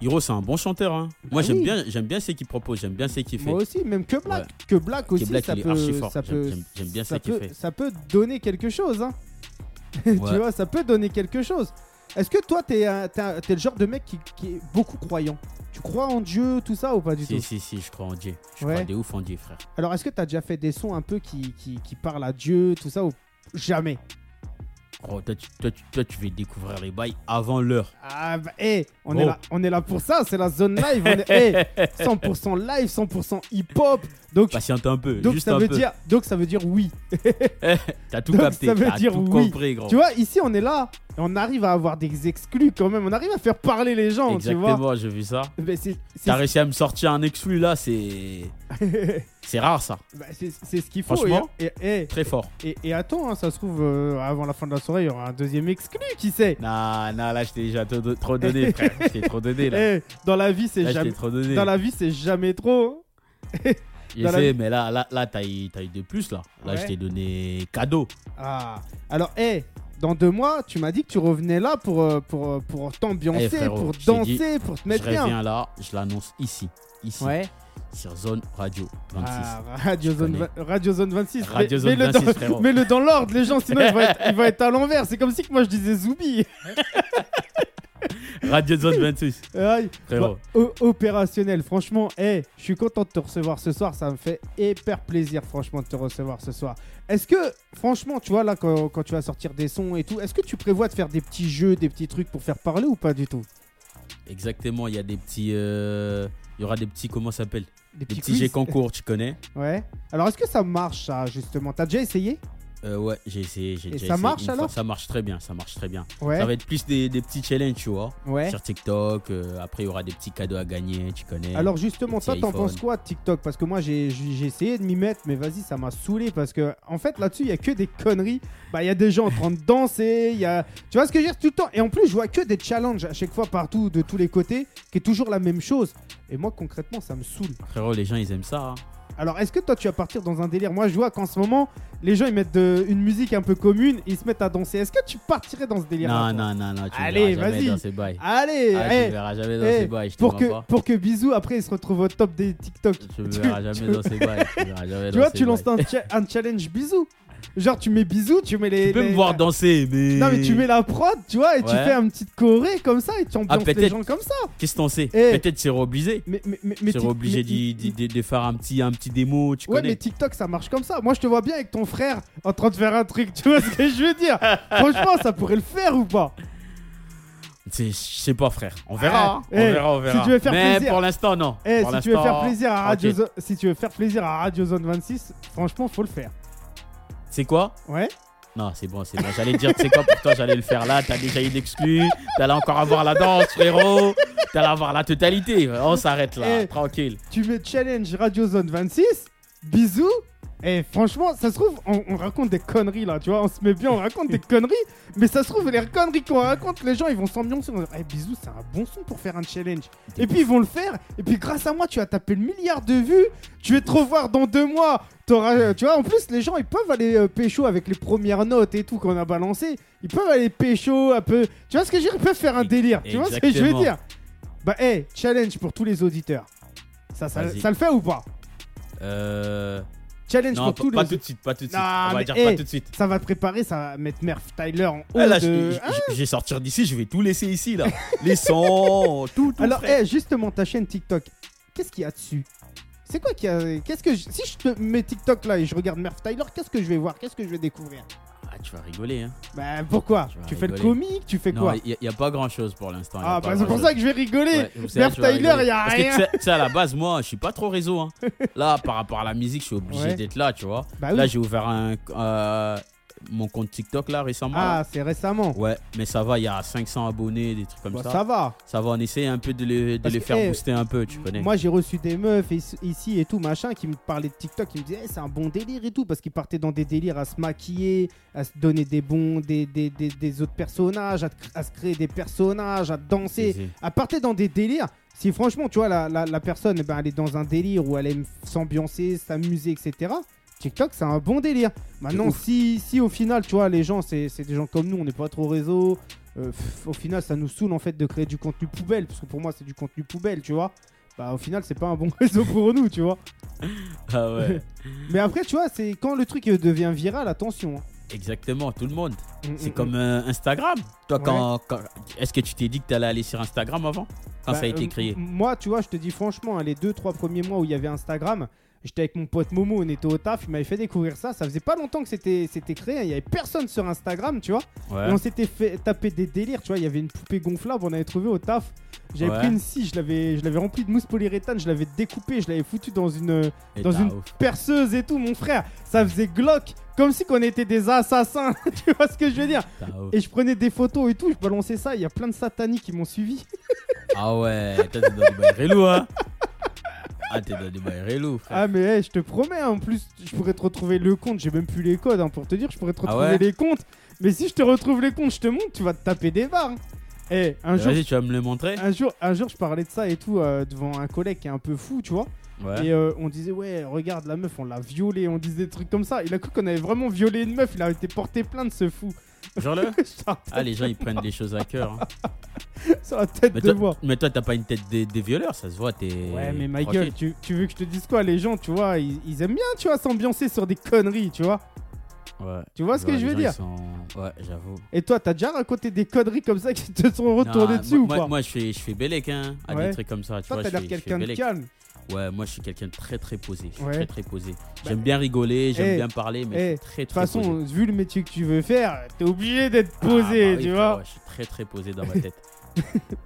Speaker 4: Hiro, c'est un bon chanteur. hein. Moi, j'aime
Speaker 3: Ah oui.
Speaker 4: bien, j'aime bien ce qu'il propose, j'aime bien ce qu'il fait.
Speaker 3: Moi aussi, même que Black. Que Black aussi,
Speaker 4: Black,
Speaker 3: ça,
Speaker 4: il est
Speaker 3: peut,
Speaker 4: archi fort.
Speaker 3: ça
Speaker 4: J'aime-
Speaker 3: peut.
Speaker 4: j'aime- j'aime bien
Speaker 3: ça
Speaker 4: ça qu'il
Speaker 3: peut-
Speaker 4: fait.
Speaker 3: Ça peut donner quelque chose. Hein. tu
Speaker 4: Ouais.
Speaker 3: vois, ça peut donner quelque chose. Est-ce que toi, t'es un- t'es un- t'es le genre de mec qui, qui est beaucoup croyant Tu crois en Dieu, tout ça ou pas du
Speaker 4: Si,
Speaker 3: tout
Speaker 4: si, si, je crois en Dieu. Je
Speaker 3: Ouais.
Speaker 4: crois des ouf en Dieu, frère.
Speaker 3: Alors, est-ce que t'as déjà fait des sons un peu qui, qui, qui parlent à Dieu, tout ça ou jamais
Speaker 4: Oh, toi, tu, toi, tu- toi, tu veux découvrir les bails avant l'heure.
Speaker 3: Ah bah, hey, on,
Speaker 4: Bon.
Speaker 3: est là, on est là pour ça, c'est la zone live. on est- eh, hey, 100% live, 100% hip-hop. Donc,
Speaker 4: Patiente un peu,
Speaker 3: donc,
Speaker 4: Bah, juste
Speaker 3: ça
Speaker 4: un
Speaker 3: veut
Speaker 4: peu.
Speaker 3: dire, donc ça veut dire oui.
Speaker 4: T'as tout
Speaker 3: donc,
Speaker 4: capté,
Speaker 3: ça veut
Speaker 4: t'as
Speaker 3: dire
Speaker 4: tout
Speaker 3: oui.
Speaker 4: compris, gros.
Speaker 3: Tu vois, ici on est là, et on arrive à avoir des exclus quand même, on arrive à faire parler les gens, tu vois.
Speaker 4: Exactement, j'ai vu ça.
Speaker 3: Mais c'est- c'est-
Speaker 4: T'as réussi à me sortir un exclu là, c'est. c'est rare ça,
Speaker 3: bah, c'est c'est ce qu'il faut.
Speaker 4: Franchement.
Speaker 3: et, et,
Speaker 4: très fort.
Speaker 3: et- et- et attends, hein, ça se trouve, euh, avant la fin de la soirée, il y aura un deuxième exclu, qui sait
Speaker 4: Nah, nah, là, je t'ai déjà trop trop donné, frère. Je t'ai trop donné là.
Speaker 3: Eh, Dans la vie, c'est
Speaker 4: Là, je t'ai
Speaker 3: jamais...
Speaker 4: trop donné.
Speaker 3: Dans la vie, c'est jamais trop.
Speaker 4: Je
Speaker 3: dans la-
Speaker 4: sais, mais là, là, là t'as eu, t'as eu de plus là. Là,
Speaker 3: Ouais.
Speaker 4: je t'ai donné cadeau.
Speaker 3: Ah. Alors, eh, dans deux mois, tu m'as dit que tu revenais là pour, euh, pour, euh, pour t'ambiancer,
Speaker 4: Eh, frérot,
Speaker 3: pour
Speaker 4: je t'ai dit,
Speaker 3: danser, pour te
Speaker 4: Je
Speaker 3: mettre bien.
Speaker 4: reviens là, je l'annonce ici. Ici,
Speaker 3: Ouais.
Speaker 4: sur Zone Radio 26.
Speaker 3: Ah, Radio, Zone
Speaker 4: connais.
Speaker 3: vingt- Radio Zone 26.
Speaker 4: Radio
Speaker 3: mais-
Speaker 4: Zone
Speaker 3: mais le
Speaker 4: 26,
Speaker 3: dans-
Speaker 4: frérot.
Speaker 3: Mets-le dans l'ordre, les gens, sinon il va être, il va être à l'envers. C'est comme si que moi je disais Zoubi.
Speaker 4: Radio Zone 26,
Speaker 3: Aïe.
Speaker 4: frérot.
Speaker 3: Bah, o- opérationnel, franchement, eh, je suis content de te recevoir ce soir. Ça me fait hyper plaisir, franchement, de te recevoir ce soir. Est-ce que, franchement, tu vois, là, quand, quand tu vas sortir des sons et tout, est-ce que tu prévois de faire des petits jeux, des petits trucs pour faire parler ou pas du tout
Speaker 4: Exactement, il y a des petits. euh, Il y aura des petits, comment ça s'appelle Des petits
Speaker 3: quiz
Speaker 4: jets concours, tu connais
Speaker 3: Ouais. Alors, est-ce que ça marche, ça, justement T'as déjà essayé
Speaker 4: Euh, Ouais, j'ai essayé. j'ai
Speaker 3: Et
Speaker 4: déjà
Speaker 3: ça
Speaker 4: essayé
Speaker 3: marche,
Speaker 4: une fois.
Speaker 3: alors
Speaker 4: Ça marche très bien, ça marche très bien.
Speaker 3: Ouais.
Speaker 4: Ça va être plus des, des petits challenges, tu vois.
Speaker 3: Ouais.
Speaker 4: Sur TikTok, euh, après, il y aura des petits cadeaux à gagner, tu connais.
Speaker 3: Alors justement, toi,
Speaker 4: Petit
Speaker 3: t'en
Speaker 4: iPhone.
Speaker 3: penses quoi de TikTok Parce que moi, j'ai j'ai- j'ai essayé de m'y mettre, mais vas-y, ça m'a saoulé parce que en fait, là-dessus, il y a que des conneries. Bah, il y a des gens en train de danser. Il y a, tu vois ce que je veux dire tout le temps. Et en plus, je vois que des challenges à chaque fois partout, de tous les côtés, qui est toujours la même chose. Et moi, concrètement, ça me saoule.
Speaker 4: Frérot, les gens, ils aiment ça. hein.
Speaker 3: Alors, est-ce que toi, tu vas partir dans un délire Moi, je vois qu'en ce moment, les gens ils mettent de- une musique un peu commune, ils se mettent à danser. Est-ce que tu partirais dans ce délire
Speaker 4: Non, non, non, non, tu ne
Speaker 3: Allez,
Speaker 4: verras jamais
Speaker 3: vas-y.
Speaker 4: dans ces bails.
Speaker 3: Allez,
Speaker 4: Ah,
Speaker 3: eh,
Speaker 4: tu ne verras jamais dans
Speaker 3: eh,
Speaker 4: ces bails, je te
Speaker 3: pour
Speaker 4: mens
Speaker 3: que
Speaker 4: pas.
Speaker 3: pour que bisous après il se retrouve au top des TikTok.
Speaker 4: Tu ne verras jamais dans ces bails. Tu, ne verras jamais
Speaker 3: Tu
Speaker 4: dans
Speaker 3: vois,
Speaker 4: ces
Speaker 3: tu lances
Speaker 4: bails.
Speaker 3: un, cha- un challenge bisous. Genre tu mets bisous, tu mets les.
Speaker 4: Tu peux
Speaker 3: les-
Speaker 4: me voir danser, mais.
Speaker 3: Non mais tu mets la prod, tu vois, et tu
Speaker 4: Ouais. Ah,
Speaker 3: fais un petit choré comme ça et tu ambiances les
Speaker 4: peut-être.
Speaker 3: gens comme ça.
Speaker 4: Qu'est-ce qu'on sait
Speaker 3: Eh.
Speaker 4: Peut-être c'est obligé.
Speaker 3: Mais mais mais, mais
Speaker 4: C'est
Speaker 3: Tik- mais
Speaker 4: obligé d'y-
Speaker 3: Tik-
Speaker 4: d'y- de, de faire un petit, un petit démo, tu
Speaker 3: Ouais, mais
Speaker 4: connais.
Speaker 3: TikTok ça marche comme ça. Moi je te vois bien avec ton frère en train de faire un truc, tu vois ce que je veux dire Franchement, ça pourrait le faire ou pas
Speaker 4: C'est- Je sais pas, frère. On verra. hein.
Speaker 3: Eh,
Speaker 4: on verra, on verra.
Speaker 3: si tu veux faire
Speaker 4: mais
Speaker 3: plaisir.
Speaker 4: pour l'instant, non.
Speaker 3: Eh,
Speaker 4: Pour
Speaker 3: si tu veux faire
Speaker 4: l'instant,
Speaker 3: plaisir à Radio
Speaker 4: ok.
Speaker 3: Zone, si tu veux faire plaisir à Radio Zone 26, franchement, faut le faire.
Speaker 4: C'est quoi
Speaker 3: Ouais.
Speaker 4: Non, c'est bon, c'est bon. J'allais te dire, c'est quoi pour toi J'allais le faire là. T'as déjà eu l'exclu. T'allais encore avoir la danse, frérot. T'allais avoir la totalité. On s'arrête là.
Speaker 3: Eh.
Speaker 4: Tranquille.
Speaker 3: tu mets challenge Radio Zone 26, bisous. Et franchement, ça se trouve, on, on raconte des conneries là, tu vois, on se met bien, on raconte des conneries, mais ça se trouve, les conneries qu'on raconte, les gens ils vont s'ambiancer, ils vont dire, Eh, bisous, c'est un bon son pour faire un challenge. Et puis ils vont le faire, et puis grâce à moi, tu vas taper le milliard de vues, tu vas te revoir dans deux mois, T'auras, euh, tu vois, en plus, les gens ils peuvent aller euh, pécho avec les premières notes et tout qu'on a balancé, ils peuvent aller pécho un peu, tu vois ce que je veux dire, ils peuvent faire un délire, tu vois ce que je veux
Speaker 4: Exactement.
Speaker 3: dire. Bah, eh, challenge pour tous les auditeurs. Ça, ça,
Speaker 4: Vas-y.
Speaker 3: ça le fait ou pas
Speaker 4: Euh.
Speaker 3: Challenge
Speaker 4: Non,
Speaker 3: pour
Speaker 4: pas,
Speaker 3: Eh, tous
Speaker 4: pas
Speaker 3: les
Speaker 4: tout de suite, pas tout de suite.
Speaker 3: Non,
Speaker 4: on va
Speaker 3: mais,
Speaker 4: dire
Speaker 3: eh.
Speaker 4: pas tout de suite.
Speaker 3: Ça va te préparer, ça va mettre Merv Tyler en haut
Speaker 4: Ah, là,
Speaker 3: de...
Speaker 4: je, je- je vais sortir d'ici, je vais tout laisser ici, là. Les sons, tout, tout.
Speaker 3: Alors,
Speaker 4: frère.
Speaker 3: eh, justement, ta chaîne TikTok, qu'est-ce qu'il y a dessus C'est quoi qu'il y a Qu'est-ce que je- Si je te mets TikTok là et je regarde Merv Tyler, qu'est-ce que je vais voir Qu'est-ce que je vais découvrir
Speaker 4: Ah, tu vas rigoler. Hein.
Speaker 3: Bah pourquoi
Speaker 4: Tu vas
Speaker 3: Tu fais le
Speaker 4: rigoler.
Speaker 3: comique Tu fais
Speaker 4: Non,
Speaker 3: quoi
Speaker 4: il n'y a, pas grand chose pour l'instant. y a
Speaker 3: Ah
Speaker 4: pas
Speaker 3: bah c'est pour
Speaker 4: grand-chose.
Speaker 3: ça que je vais rigoler.
Speaker 4: Ouais, vous
Speaker 3: Derrière
Speaker 4: savez, tu vas
Speaker 3: Tyler,
Speaker 4: rigoler.
Speaker 3: il y a
Speaker 4: Parce que
Speaker 3: rien.
Speaker 4: tu sais- tu sais, à la base, moi, je suis pas trop réseau. hein. Là, par rapport à la musique, je suis obligé
Speaker 3: Ouais.
Speaker 4: d'être là, tu vois.
Speaker 3: Bah oui.
Speaker 4: Là, j'ai ouvert un, euh, mon compte TikTok là récemment.
Speaker 3: Ah, c'est récemment.
Speaker 4: Ouais, mais ça va, il y a 500 abonnés, des trucs comme
Speaker 3: Bah,
Speaker 4: ça.
Speaker 3: ça va.
Speaker 4: Ça va, on essaie un peu de les, de
Speaker 3: Parce
Speaker 4: les
Speaker 3: que,
Speaker 4: faire
Speaker 3: eh,
Speaker 4: booster un peu, tu connais.
Speaker 3: Moi, j'ai reçu des meufs ici- ici et tout, machin, qui me parlaient de TikTok, qui me disaient Eh, c'est un bon délire et tout, parce qu'ils partaient dans des délires à se maquiller, à se donner des bons, des, des, des, des autres personnages, à, te- à se créer des personnages, à danser,
Speaker 4: Vas-y.
Speaker 3: à partir dans des délires. Si franchement, tu vois, la, la, la personne, eh ben, elle est dans un délire où elle aime s'ambiancer, s'amuser, etc. TikTok, c'est un bon délire. Maintenant,
Speaker 4: ouf.
Speaker 3: si, si au final, tu vois, les gens, c'est c'est des gens comme nous, on n'est pas trop réseau. euh, pff, au final, ça nous saoule en fait de créer du contenu poubelle, parce que pour moi, c'est du contenu poubelle, tu vois. Bah, au final, c'est pas un bon réseau pour nous, tu vois.
Speaker 4: Ah ouais,
Speaker 3: Mais après, tu vois, c'est quand le truc euh, devient viral, attention. hein.
Speaker 4: exactement, tout le monde.
Speaker 3: Mm,
Speaker 4: C'est
Speaker 3: mm,
Speaker 4: comme euh, Instagram. Toi, quand, quand- est-ce que tu t'es dit que t'allais aller sur Instagram avant Quand ça a
Speaker 3: Bah,
Speaker 4: été
Speaker 3: euh,
Speaker 4: créé
Speaker 3: m- Moi, tu vois, je te dis franchement, hein, les deux, trois premiers mois où il y avait Instagram, j'étais avec mon pote Momo, on était au taf, il m'avait fait découvrir ça. Ça faisait pas longtemps que c'était c'était créé, hein, il y avait personne sur Instagram, tu vois.
Speaker 4: Ouais.
Speaker 3: Et on s'était fait taper des délires, tu vois. Il y avait une poupée gonflable, on avait trouvé au taf. J'avais
Speaker 4: Ouais.
Speaker 3: pris une scie, je l'avais je l'avais remplie de mousse polyréthane, je l'avais découpée, je l'avais foutue dans une,
Speaker 4: Et
Speaker 3: dans
Speaker 4: t'as
Speaker 3: une
Speaker 4: ouf.
Speaker 3: perceuse et tout, mon frère. Ça faisait glock, comme si qu'on était des assassins, tu vois ce que je veux dire.
Speaker 4: T'as ouf.
Speaker 3: Et je prenais des photos et tout, je balançais ça. Il y a plein de satanis qui m'ont suivi.
Speaker 4: Ah ouais, toi, t'es dans du bail relou, hein Ah, t'es dans du bail relou, frère.
Speaker 3: Ah mais hey, je te promets, hein, en plus je pourrais te retrouver le compte, j'ai même plus les codes hein, pour te dire, je pourrais te
Speaker 4: Ah
Speaker 3: retrouver
Speaker 4: ouais
Speaker 3: les comptes. Mais si je te retrouve les comptes, je te montre, tu vas te taper des barres. Eh, un jour,
Speaker 4: Vas-y, tu vas me le montrer
Speaker 3: un jour, un jour, je parlais de ça et tout euh, devant un collègue qui est un peu fou, tu vois.
Speaker 4: Ouais.
Speaker 3: Et euh, on disait ouais, regarde la meuf, on l'a violée, on disait des trucs comme ça. Il a cru qu'on avait vraiment violé une meuf, il a été porté plainte ce fou.
Speaker 4: Jure-le
Speaker 3: Je te rappelle
Speaker 4: Ah, les gens, ils prennent des choses à cœur. hein.
Speaker 3: sur la tête
Speaker 4: Mais
Speaker 3: de
Speaker 4: toi,
Speaker 3: moi.
Speaker 4: mais toi, t'as pas une tête des, des violeurs, ça se voit, t'es.
Speaker 3: Ouais, mais ma
Speaker 4: tranquille.
Speaker 3: gueule, tu, tu veux que je te dise quoi Les gens, tu vois, ils, ils aiment bien, tu vois, s'ambiancer sur des conneries, tu vois.
Speaker 4: Ouais.
Speaker 3: Tu vois ce que
Speaker 4: Ouais,
Speaker 3: je veux
Speaker 4: les gens,
Speaker 3: dire
Speaker 4: ils sont- Ouais, j'avoue.
Speaker 3: Et toi, t'as déjà raconté des conneries comme ça qui te sont retournées
Speaker 4: Non,
Speaker 3: dessus
Speaker 4: moi,
Speaker 3: ou pas
Speaker 4: moi, moi, je fais, je fais bellec, hein, à
Speaker 3: Ouais.
Speaker 4: des trucs comme ça. Tu
Speaker 3: Toi,
Speaker 4: vois,
Speaker 3: t'as
Speaker 4: je
Speaker 3: l'air
Speaker 4: fais- je fais
Speaker 3: quelqu'un de
Speaker 4: bellec.
Speaker 3: calme.
Speaker 4: Ouais, moi, je suis quelqu'un de très, très posé. Je suis
Speaker 3: Ouais.
Speaker 4: très, très posé. J'aime bien rigoler, j'aime
Speaker 3: eh,
Speaker 4: bien parler, mais
Speaker 3: eh,
Speaker 4: je suis très,
Speaker 3: De toute
Speaker 4: très posé.
Speaker 3: façon, vu le métier que tu veux faire, t'es obligé d'être
Speaker 4: Ah,
Speaker 3: posé,
Speaker 4: bah oui,
Speaker 3: tu
Speaker 4: frère,
Speaker 3: vois.
Speaker 4: ouais, Je suis très, très posé dans ma tête.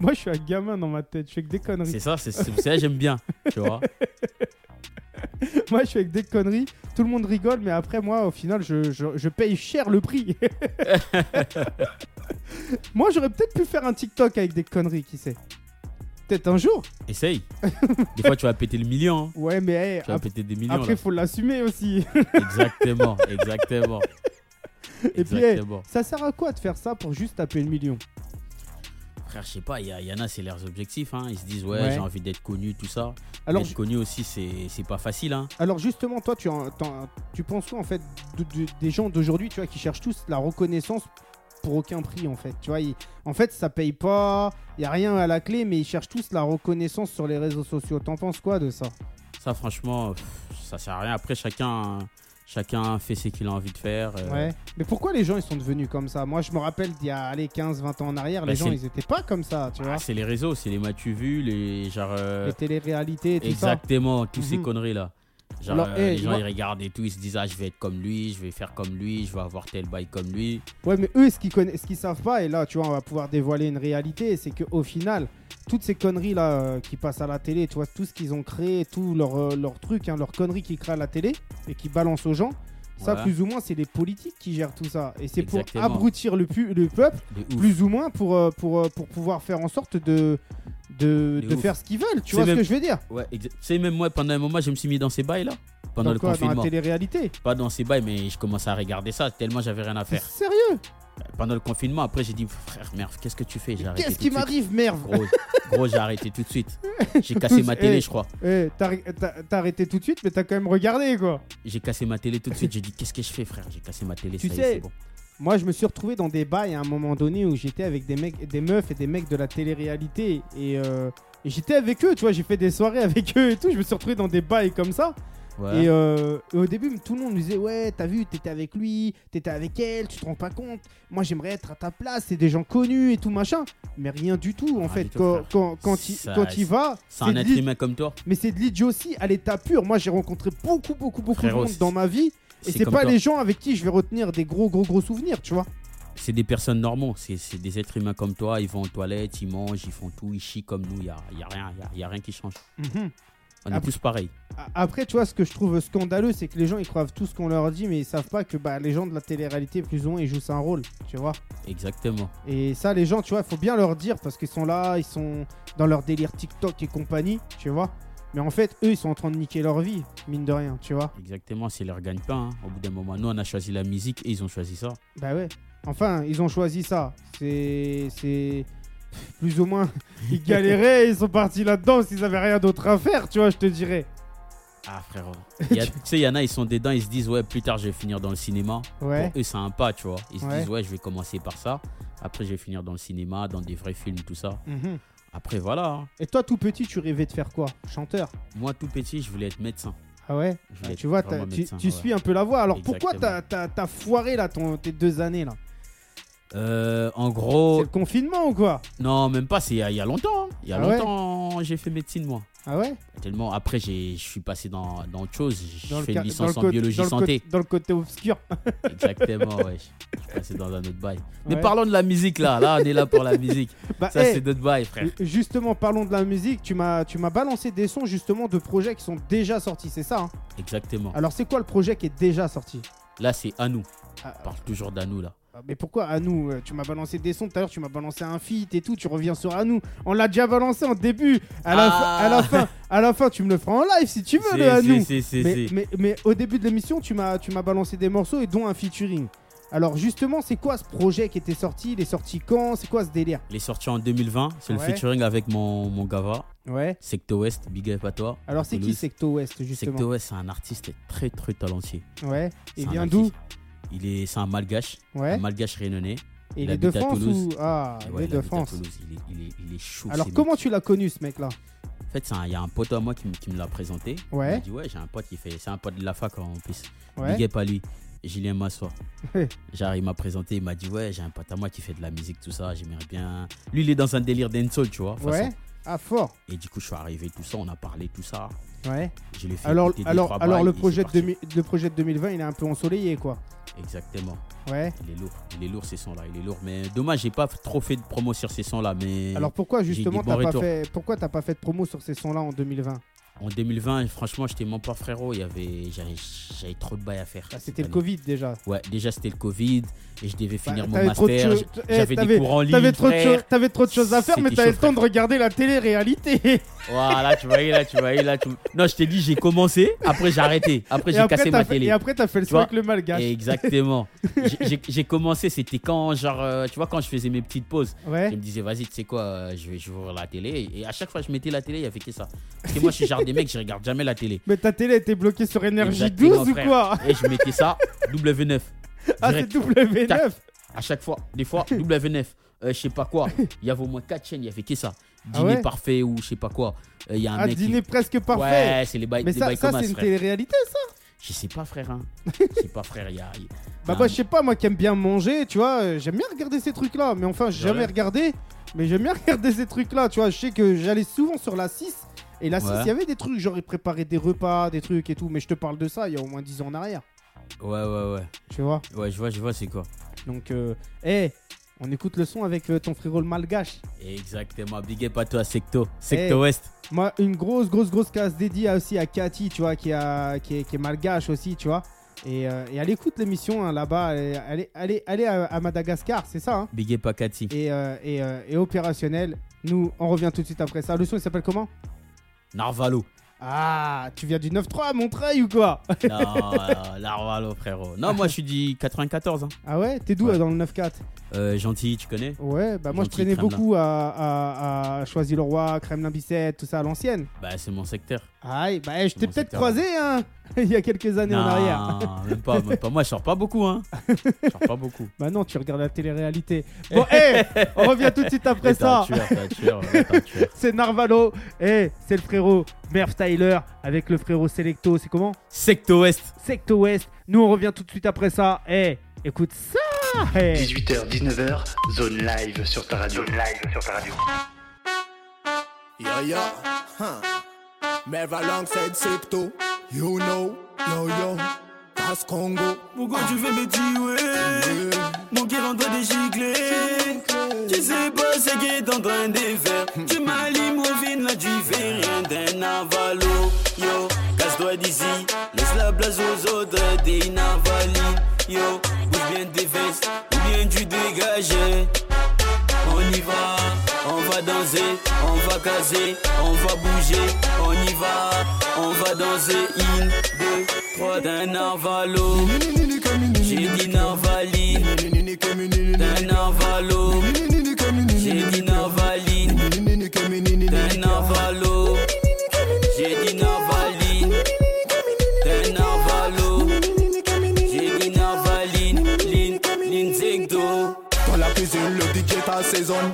Speaker 3: Moi, je suis un gamin dans ma tête, je fais que des conneries.
Speaker 4: C'est ça, c'est c'est- c'est ça, j'aime bien. Tu vois
Speaker 3: Moi, je fais que des conneries, tout le monde rigole, mais après, moi, au final, je, je- je paye cher le prix. moi, j'aurais peut-être pu faire un TikTok avec des conneries, qui sait Peut-être un jour
Speaker 4: Essaye. Des fois, tu vas péter le million. hein.
Speaker 3: Ouais, mais hey,
Speaker 4: Tu vas
Speaker 3: ap-
Speaker 4: péter des millions.
Speaker 3: après,
Speaker 4: là.
Speaker 3: faut l'assumer aussi.
Speaker 4: Exactement, exactement.
Speaker 3: Et puis, hey,
Speaker 4: exactement.
Speaker 3: ça sert à quoi de faire ça pour juste taper le million
Speaker 4: Frère, je sais pas, il y, a- il y en a, c'est leurs objectifs. hein. Ils se disent, ouais,
Speaker 3: Ouais.
Speaker 4: j'ai envie d'être connu, tout ça.
Speaker 3: Alors,
Speaker 4: être connu aussi, c'est c'est pas facile. Hein.
Speaker 3: Alors justement, toi, tu, en- t'en- tu penses quoi en fait de- de- des gens d'aujourd'hui, tu vois, qui cherchent tous la reconnaissance pour aucun prix en fait. Tu vois, ils- en fait, ça paye pas, il y a rien à la clé, mais ils cherchent tous la reconnaissance sur les réseaux sociaux. T'en penses quoi de ça
Speaker 4: Ça, franchement, pff, ça sert à rien. Après, chacun, chacun fait ce qu'il a envie de faire. euh.
Speaker 3: Ouais. Mais pourquoi les gens ils sont devenus comme ça Moi, je me rappelle d'il y a allez, 15 20 ans en arrière,
Speaker 4: Bah,
Speaker 3: les gens
Speaker 4: c'est-
Speaker 3: ils étaient pas comme ça, tu vois.
Speaker 4: Ah, c'est les réseaux, c'est les m'as-tu vu, les genre. euh,
Speaker 3: les téléréalités et tout
Speaker 4: exactement, toutes ces
Speaker 3: Mhm.
Speaker 4: conneries là. Genre,
Speaker 3: Alors,
Speaker 4: euh,
Speaker 3: eh,
Speaker 4: les gens
Speaker 3: moi-
Speaker 4: ils regardent et tout, ils se disent, ah, je vais être comme lui, je vais faire comme lui, je vais avoir tel bail comme lui.
Speaker 3: ça. Ouais, mais eux ce qu'ils connaissent, ce qu'ils savent pas et là, tu vois, on va pouvoir dévoiler une réalité, c'est que au final, toutes ces conneries là euh, qui passent à la télé, tu vois, tout ce qu'ils ont créé, tout leur, euh, leur truc, hein, leurs conneries qu'ils créent à la télé et qui balancent aux gens, ça
Speaker 4: Ouais.
Speaker 3: plus ou moins c'est les politiques qui gèrent tout ça. Et c'est pour
Speaker 4: Exactement.
Speaker 3: abrutir le, pu- le peuple,
Speaker 4: De ouf.
Speaker 3: plus ou moins pour, euh, pour, euh, pour pouvoir faire en sorte de, de,
Speaker 4: De
Speaker 3: de
Speaker 4: ouf.
Speaker 3: faire ce qu'ils veulent, tu
Speaker 4: C'est
Speaker 3: vois ce
Speaker 4: même-
Speaker 3: que je veux dire
Speaker 4: Ouais, exa- tu sais, même moi, pendant un moment, je me suis mis dans ces bails là. Pendant
Speaker 3: Dans
Speaker 4: le
Speaker 3: quoi Dans la
Speaker 4: confinement.
Speaker 3: télé-réalité.
Speaker 4: Pas dans ces bails, mais je commençais à regarder ça tellement j'avais rien à faire.
Speaker 3: Sérieux
Speaker 4: Pendant le confinement, après, j'ai dit, frère, merde, qu'est-ce que tu fais J'ai arrêté
Speaker 3: Qu'est-ce
Speaker 4: tout
Speaker 3: qui
Speaker 4: de suite.
Speaker 3: m'arrive, merde
Speaker 4: Gros, gros, j'ai arrêté tout de suite. J'ai cassé ma télé,
Speaker 3: Eh.
Speaker 4: je crois.
Speaker 3: Eh, T'as t'as- t'as arrêté tout de suite, mais t'as quand même regardé quoi.
Speaker 4: J'ai cassé ma télé tout de suite. J'ai dit, qu'est-ce que je fais, frère J'ai cassé ma télé,
Speaker 3: Tu
Speaker 4: ça y
Speaker 3: sais-
Speaker 4: est, c'est bon.
Speaker 3: Moi, je me suis retrouvé dans des bails à un moment donné où j'étais avec des mecs, des meufs et des mecs de la télé-réalité et, euh, et j'étais avec eux, tu vois, j'ai fait des soirées avec eux et tout. Je me suis retrouvé dans des bails comme ça.
Speaker 4: Ouais.
Speaker 3: Et, euh, et au début, tout le monde me disait ouais, t'as vu, t'étais avec lui, t'étais avec elle, tu te rends pas compte. Moi, j'aimerais être à ta place, c'est des gens connus et tout machin. Mais rien du tout, en
Speaker 4: Rien
Speaker 3: fait.
Speaker 4: du tout,
Speaker 3: quand,
Speaker 4: frère.
Speaker 3: quand, quand, il,
Speaker 4: Ça-
Speaker 3: quand il va,
Speaker 4: C'est un
Speaker 3: de
Speaker 4: être
Speaker 3: l'i-
Speaker 4: humain comme toi.
Speaker 3: mais c'est de l'idiotie à l'état pur. Moi, j'ai rencontré beaucoup, beaucoup, beaucoup
Speaker 4: Frérot,
Speaker 3: de monde
Speaker 4: c'est-
Speaker 3: dans ma vie. Et
Speaker 4: C'est
Speaker 3: c'est
Speaker 4: comme
Speaker 3: pas
Speaker 4: toi.
Speaker 3: des gens avec qui je vais retenir des gros, gros, gros souvenirs, tu vois.
Speaker 4: C'est des personnes normaux, c'est c'est des êtres humains comme toi, ils vont aux toilettes, ils mangent, ils font tout, ils chient comme nous, il n'y a, y a rien, y a- y a rien qui change. On
Speaker 3: Ah.
Speaker 4: est tous pareils.
Speaker 3: A- Après, tu vois, ce que je trouve scandaleux, c'est que les gens, ils croient tout ce qu'on leur dit, mais ils savent pas que bah, les gens de la télé-réalité, plus ou moins, ils jouent ça un rôle, tu vois.
Speaker 4: Exactement.
Speaker 3: Et ça, les gens, tu vois, faut bien leur dire parce qu'ils sont là, ils sont dans leur délire TikTok et compagnie, tu vois. Mais en fait, eux, ils sont en train de niquer leur vie, mine de rien, tu vois.
Speaker 4: Exactement, c'est leur gagne-pain. hein. Au bout d'un moment, nous, on a choisi la musique et ils ont choisi ça.
Speaker 3: Bah ouais. Enfin, ils ont choisi ça. C'est. C'est. Plus ou moins, ils galéraient, ils sont partis là-dedans s'ils avaient rien d'autre à faire, tu vois, je te dirais.
Speaker 4: Ah, frérot. Il y a- Tu sais, il y en a, ils sont dedans, ils se disent, ouais, plus tard, je vais finir dans le cinéma.
Speaker 3: Ouais.
Speaker 4: Pour eux, c'est un pas, tu vois. Ils se
Speaker 3: Ouais.
Speaker 4: disent, ouais, je vais commencer par ça. Après, je vais finir dans le cinéma, dans des vrais films, tout ça.
Speaker 3: Mhm.
Speaker 4: Après, voilà. hein.
Speaker 3: Et toi, tout petit, tu rêvais de faire quoi Chanteur
Speaker 4: Moi, tout petit, je voulais être médecin.
Speaker 3: Ah ouais
Speaker 4: Je voulais
Speaker 3: Tu
Speaker 4: être
Speaker 3: vois, t'as-
Speaker 4: vraiment
Speaker 3: tu,
Speaker 4: médecin,
Speaker 3: tu
Speaker 4: ouais.
Speaker 3: suis un peu la voie. Alors pourquoi
Speaker 4: Exactement.
Speaker 3: t'as- t'as t'as foiré là ton, tes deux années là
Speaker 4: Euh, en
Speaker 3: C'est
Speaker 4: gros,
Speaker 3: le confinement ou quoi
Speaker 4: non, même pas, c'est il y a- il y, a longtemps. hein. Il y a
Speaker 3: Ah ouais
Speaker 4: longtemps, j'ai fait médecine, moi.
Speaker 3: Ah ouais
Speaker 4: Tellement, après, j'ai- je suis passé dans, dans autre chose. J'ai fait
Speaker 3: ca-
Speaker 4: une licence
Speaker 3: le
Speaker 4: en
Speaker 3: côté-
Speaker 4: biologie
Speaker 3: dans le
Speaker 4: santé.
Speaker 3: côté- dans le côté obscur.
Speaker 4: Exactement, ouais. Je suis passé dans un autre bail. Mais
Speaker 3: Ouais.
Speaker 4: parlons de la musique, là. Là, on est là pour la musique.
Speaker 3: Bah,
Speaker 4: Ça,
Speaker 3: hey,
Speaker 4: c'est d'autres bails, frère.
Speaker 3: justement, parlons de la musique. Tu m'as, tu m'as balancé des sons justement de projets qui sont déjà sortis, c'est ça hein
Speaker 4: Exactement.
Speaker 3: Alors, c'est quoi le projet qui est déjà sorti
Speaker 4: Là, c'est à nous.
Speaker 3: Ah,
Speaker 4: On parle toujours d'Anou, là.
Speaker 3: Mais pourquoi à nous euh, Tu m'as balancé des sons tout à l'heure, tu m'as balancé un feat et tout. Tu reviens sur à nous. On l'a déjà balancé en début. À la,
Speaker 4: Ah.
Speaker 3: fin, à la fin, à la fin, tu me le feras en live si tu veux le à
Speaker 4: C'est-
Speaker 3: nous.
Speaker 4: C'est, c'est,
Speaker 3: Mais,
Speaker 4: c'est.
Speaker 3: mais- mais au début de l'émission, tu m'as, tu m'as balancé des morceaux et dont un featuring. Alors justement, c'est quoi ce projet qui était sorti Il est sorti quand C'est quoi ce délire
Speaker 4: Il est sorti en 2020. C'est
Speaker 3: Ouais.
Speaker 4: le featuring avec mon, mon gava,
Speaker 3: Ouais.
Speaker 4: Secto West, big up à toi.
Speaker 3: Alors c'est qui
Speaker 4: Toulouse.
Speaker 3: Secto West justement
Speaker 4: Secto West, c'est un artiste très, très talentueux.
Speaker 3: Ouais. Il
Speaker 4: C'est un
Speaker 3: vient
Speaker 4: artiste.
Speaker 3: d'où
Speaker 4: Il est, c'est un malgache, un
Speaker 3: Ouais.
Speaker 4: malgache réunionnais.
Speaker 3: Et il
Speaker 4: Ah, il
Speaker 3: est de
Speaker 4: habite à
Speaker 3: France ou
Speaker 4: Toulouse.
Speaker 3: Ah,
Speaker 4: Et
Speaker 3: il
Speaker 4: ouais,
Speaker 3: est
Speaker 4: il
Speaker 3: de
Speaker 4: habite à
Speaker 3: France.
Speaker 4: Toulouse. Il est, il est, il est chaud.
Speaker 3: Alors
Speaker 4: c'est mec.
Speaker 3: comment tu l'as connu ce mec là
Speaker 4: En fait, c'est un- il y a un pote à moi qui, me- qui me l'a présenté.
Speaker 3: Ouais.
Speaker 4: Il m'a dit, ouais, j'ai un pote qui fait. C'est un pote de la fac en plus.
Speaker 3: Ouais.
Speaker 4: Big up à lui, Julien Massois.
Speaker 3: Ouais.
Speaker 4: Genre, il m'a présenté, il m'a dit Ouais, j'ai un pote à moi qui fait de la musique, tout ça, j'aimerais bien. Lui, il est dans un délire dancehall, tu vois. de toute
Speaker 3: Ouais.
Speaker 4: façon.
Speaker 3: Ah fort.
Speaker 4: Et du coup, je suis arrivé, tout ça, on a parlé, tout ça.
Speaker 3: Ouais.
Speaker 4: Je l'ai fait.
Speaker 3: Alors
Speaker 4: écouter deux,
Speaker 3: alors
Speaker 4: trois
Speaker 3: alors
Speaker 4: bails,
Speaker 3: le
Speaker 4: et c'est
Speaker 3: projet de
Speaker 4: parti.
Speaker 3: 2000 le projet de 2020, il est un peu ensoleillé quoi.
Speaker 4: Exactement.
Speaker 3: Ouais.
Speaker 4: Il est lourd, il est lourd ces sons-là, il est lourd. Mais dommage, j'ai pas trop fait de promo sur ces sons-là. Mais
Speaker 3: Alors pourquoi
Speaker 4: des
Speaker 3: justement
Speaker 4: bons
Speaker 3: t'as pas
Speaker 4: retours.
Speaker 3: fait pourquoi t'as pas fait de promo sur ces sons là en 2020
Speaker 4: en 2020, franchement, je t'ai mens pas, frérot. Il y avait... J'avais... J'avais trop de bail à faire.
Speaker 3: Bah,
Speaker 4: cette
Speaker 3: C'était le
Speaker 4: année.
Speaker 3: Covid déjà.
Speaker 4: Ouais, déjà, c'était le Covid. Et je devais finir
Speaker 3: Bah,
Speaker 4: mon
Speaker 3: t'avais trop de
Speaker 4: master.
Speaker 3: choses-
Speaker 4: j'-
Speaker 3: eh,
Speaker 4: J'avais
Speaker 3: t'avais-
Speaker 4: des cours en ligne.
Speaker 3: T'avais trop, de
Speaker 4: frère.
Speaker 3: choses- t'avais trop de choses à faire, mais
Speaker 4: C'était
Speaker 3: t'avais le
Speaker 4: chaud,
Speaker 3: temps de regarder la télé-réalité.
Speaker 4: Voilà, tu voyais là, tu voyais là. Tu... Non, je t'ai dit, j'ai commencé, après j'ai arrêté, après
Speaker 3: Et
Speaker 4: j'ai
Speaker 3: après,
Speaker 4: cassé
Speaker 3: t'as
Speaker 4: ma
Speaker 3: fait-
Speaker 4: télé.
Speaker 3: Et après, t'as fait le
Speaker 4: Tu
Speaker 3: son
Speaker 4: vois
Speaker 3: avec le malgache.
Speaker 4: Exactement. J'ai- j'ai- J'ai commencé, c'était quand, genre, euh, tu vois, quand je faisais mes petites pauses, je
Speaker 3: Ouais.
Speaker 4: me disais, vas-y, tu sais quoi, euh, je vais je vais ouvrir la télé. Et à chaque fois, je mettais la télé, il y avait que ça. Parce que moi, je suis genre des mecs, je regarde jamais la télé.
Speaker 3: Mais ta télé était bloquée sur énergie
Speaker 4: Exactement,
Speaker 3: 12 ou
Speaker 4: frère.
Speaker 3: quoi
Speaker 4: Et je mettais ça, W9.
Speaker 3: Ah, c'est
Speaker 4: Direct.
Speaker 3: W9.
Speaker 4: À chaque fois, des fois, W9, euh, je sais pas quoi. Il y avait au moins 4 chaînes, il y avait que ça.
Speaker 3: Ah
Speaker 4: Dîner
Speaker 3: ouais
Speaker 4: parfait ou je sais pas quoi. Euh, Il y a un
Speaker 3: Un
Speaker 4: mec. qui-
Speaker 3: Ah, dîner presque parfait.
Speaker 4: Ouais, c'est les bails
Speaker 3: Mais
Speaker 4: les
Speaker 3: ça,
Speaker 4: bails
Speaker 3: ça
Speaker 4: comme
Speaker 3: c'est une
Speaker 4: frère.
Speaker 3: télé-réalité. ça.
Speaker 4: Je sais pas, frère. Hein. Je sais pas, frère. Il y a. il y a-
Speaker 3: Bah,
Speaker 4: Ah,
Speaker 3: moi, je sais pas, moi qui aime bien manger, tu vois, euh, j'aime bien regarder ces trucs-là. Mais enfin, j'ai
Speaker 4: Ouais.
Speaker 3: jamais regardé. Mais j'aime bien regarder ces trucs-là, tu vois. Je sais que j'allais souvent sur la 6. Et la 6, il
Speaker 4: Ouais.
Speaker 3: y avait des trucs, j'aurais préparé des repas, des trucs et tout. Mais je te parle de ça il y a au moins 10 ans en arrière,
Speaker 4: Ouais, ouais, ouais.
Speaker 3: tu vois.
Speaker 4: Ouais, je vois, je vois, c'est quoi.
Speaker 3: Donc, euh, hey, on écoute le son avec euh, ton frérot le malgache.
Speaker 4: Exactement. Big up à toi, Secto. Secto
Speaker 3: Eh.
Speaker 4: West.
Speaker 3: Moi, une grosse, grosse, grosse case dédiée aussi à Cathy, tu vois, qui, a, qui, est, qui est malgache aussi, tu vois. Et, euh, et elle écoute l'émission hein, là-bas. Elle, est- elle, est- elle, est- elle est à, à Madagascar, c'est ça. Hein
Speaker 4: Big up à Cathy.
Speaker 3: et, euh, et, euh, et opérationnel. Nous, on revient tout de suite après ça. Le son, il s'appelle comment
Speaker 4: Narvalo.
Speaker 3: Ah, tu viens du 9-3 à Montreuil ou quoi
Speaker 4: Non, euh, Narvalo, frérot. Non, moi, je suis du 94. Hein.
Speaker 3: Ah ouais T'es d'où
Speaker 4: Ouais.
Speaker 3: euh, dans le 9-4
Speaker 4: Euh, gentil, tu connais
Speaker 3: Ouais, bah moi, je
Speaker 4: Gentil,
Speaker 3: traînais
Speaker 4: Kremlin.
Speaker 3: beaucoup à, à, à Choisy-le-Roi, Kremlin-Bicêtre, tout ça à l'ancienne.
Speaker 4: Bah, c'est mon secteur.
Speaker 3: Aïe, bah je t'ai
Speaker 4: Comment
Speaker 3: peut-être
Speaker 4: c'était
Speaker 3: croisé hein, il y a quelques années en arrière.
Speaker 4: Non, même pas, même pas. Moi, je sors pas beaucoup. Hein. Je sors pas beaucoup.
Speaker 3: Bah non, tu regardes la télé-réalité. Bon, hé, on revient tout de suite après
Speaker 4: Mais t'es
Speaker 3: ça.
Speaker 4: un tueur, t'es un tueur, ouais, t'es un tueur.
Speaker 3: C'est Narvalo, hé, c'est le frérot Merv Tyler avec le frérot Selecto, c'est comment
Speaker 4: Secto West.
Speaker 3: Secto West. Nous, on revient tout de suite après ça. Hé, écoute ça. eh. hé.
Speaker 1: 18h, 19h, zone live sur ta radio.
Speaker 2: Zone live sur ta radio.
Speaker 6: Yo yo, huh? Merv alongside Sipto, you know, yo yo. I As Congo.
Speaker 5: Pourquoi tu veux me tuer Mon cœur en train de gicler Tu sais pas ce qui est en train de faire Tu m'as limousine là tu fais rien d'un avalo Yo, casse-toi d'ici Laisse la place aux autres des navalis Yo, bouge bien tes fesses Ou bien tu dégages on y va, on va danser, on va caser, on va bouger, on y va, on va danser, in, deux, trois d'un narvalo, j'ai dit narvaline, d'un narvalo, j'ai dit narvaline, d'un narvalo, j'ai dit narvaline, d'un narvalo, j'ai dit narvaline, lin, lin, zigdo.
Speaker 6: Dans la cuisine, le DJ t'assaisonne.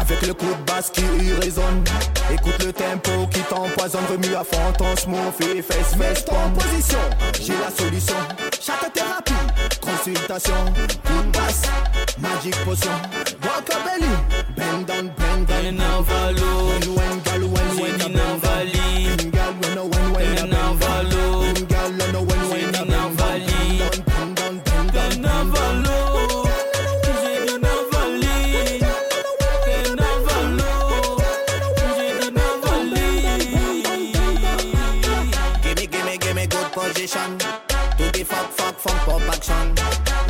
Speaker 6: Avec le coup de basse qui résonne. Écoute le tempo qui t'empoisonne. Remue à fond ton smooth et fesse, fesse ton position. J'ai la solution. Chaque thérapie, consultation. Coup de basse, magic potion. Wakabeli, bend down, bend down.
Speaker 5: D'un narvalo,
Speaker 6: Wen, gal, wen,
Speaker 5: j'ai
Speaker 6: wen,
Speaker 5: dit
Speaker 6: bend down.
Speaker 5: narvaline.
Speaker 6: Wen, gal, wen, oh, wen, wen,
Speaker 5: D'un
Speaker 6: bend down.
Speaker 5: narvalo,
Speaker 6: Wen, gal, wen, oh, wen,
Speaker 5: J'ai
Speaker 6: wen,
Speaker 5: dit
Speaker 6: bend down,
Speaker 5: narvali.
Speaker 6: bend down, bend down,
Speaker 5: d'un
Speaker 6: bend down.
Speaker 5: narvalo, j'ai dit narvali. D'un narvalo, j'ai dit narvali.
Speaker 6: Gimme, gimme, gimme good position. To the fuck, fuck, fuck, pop action.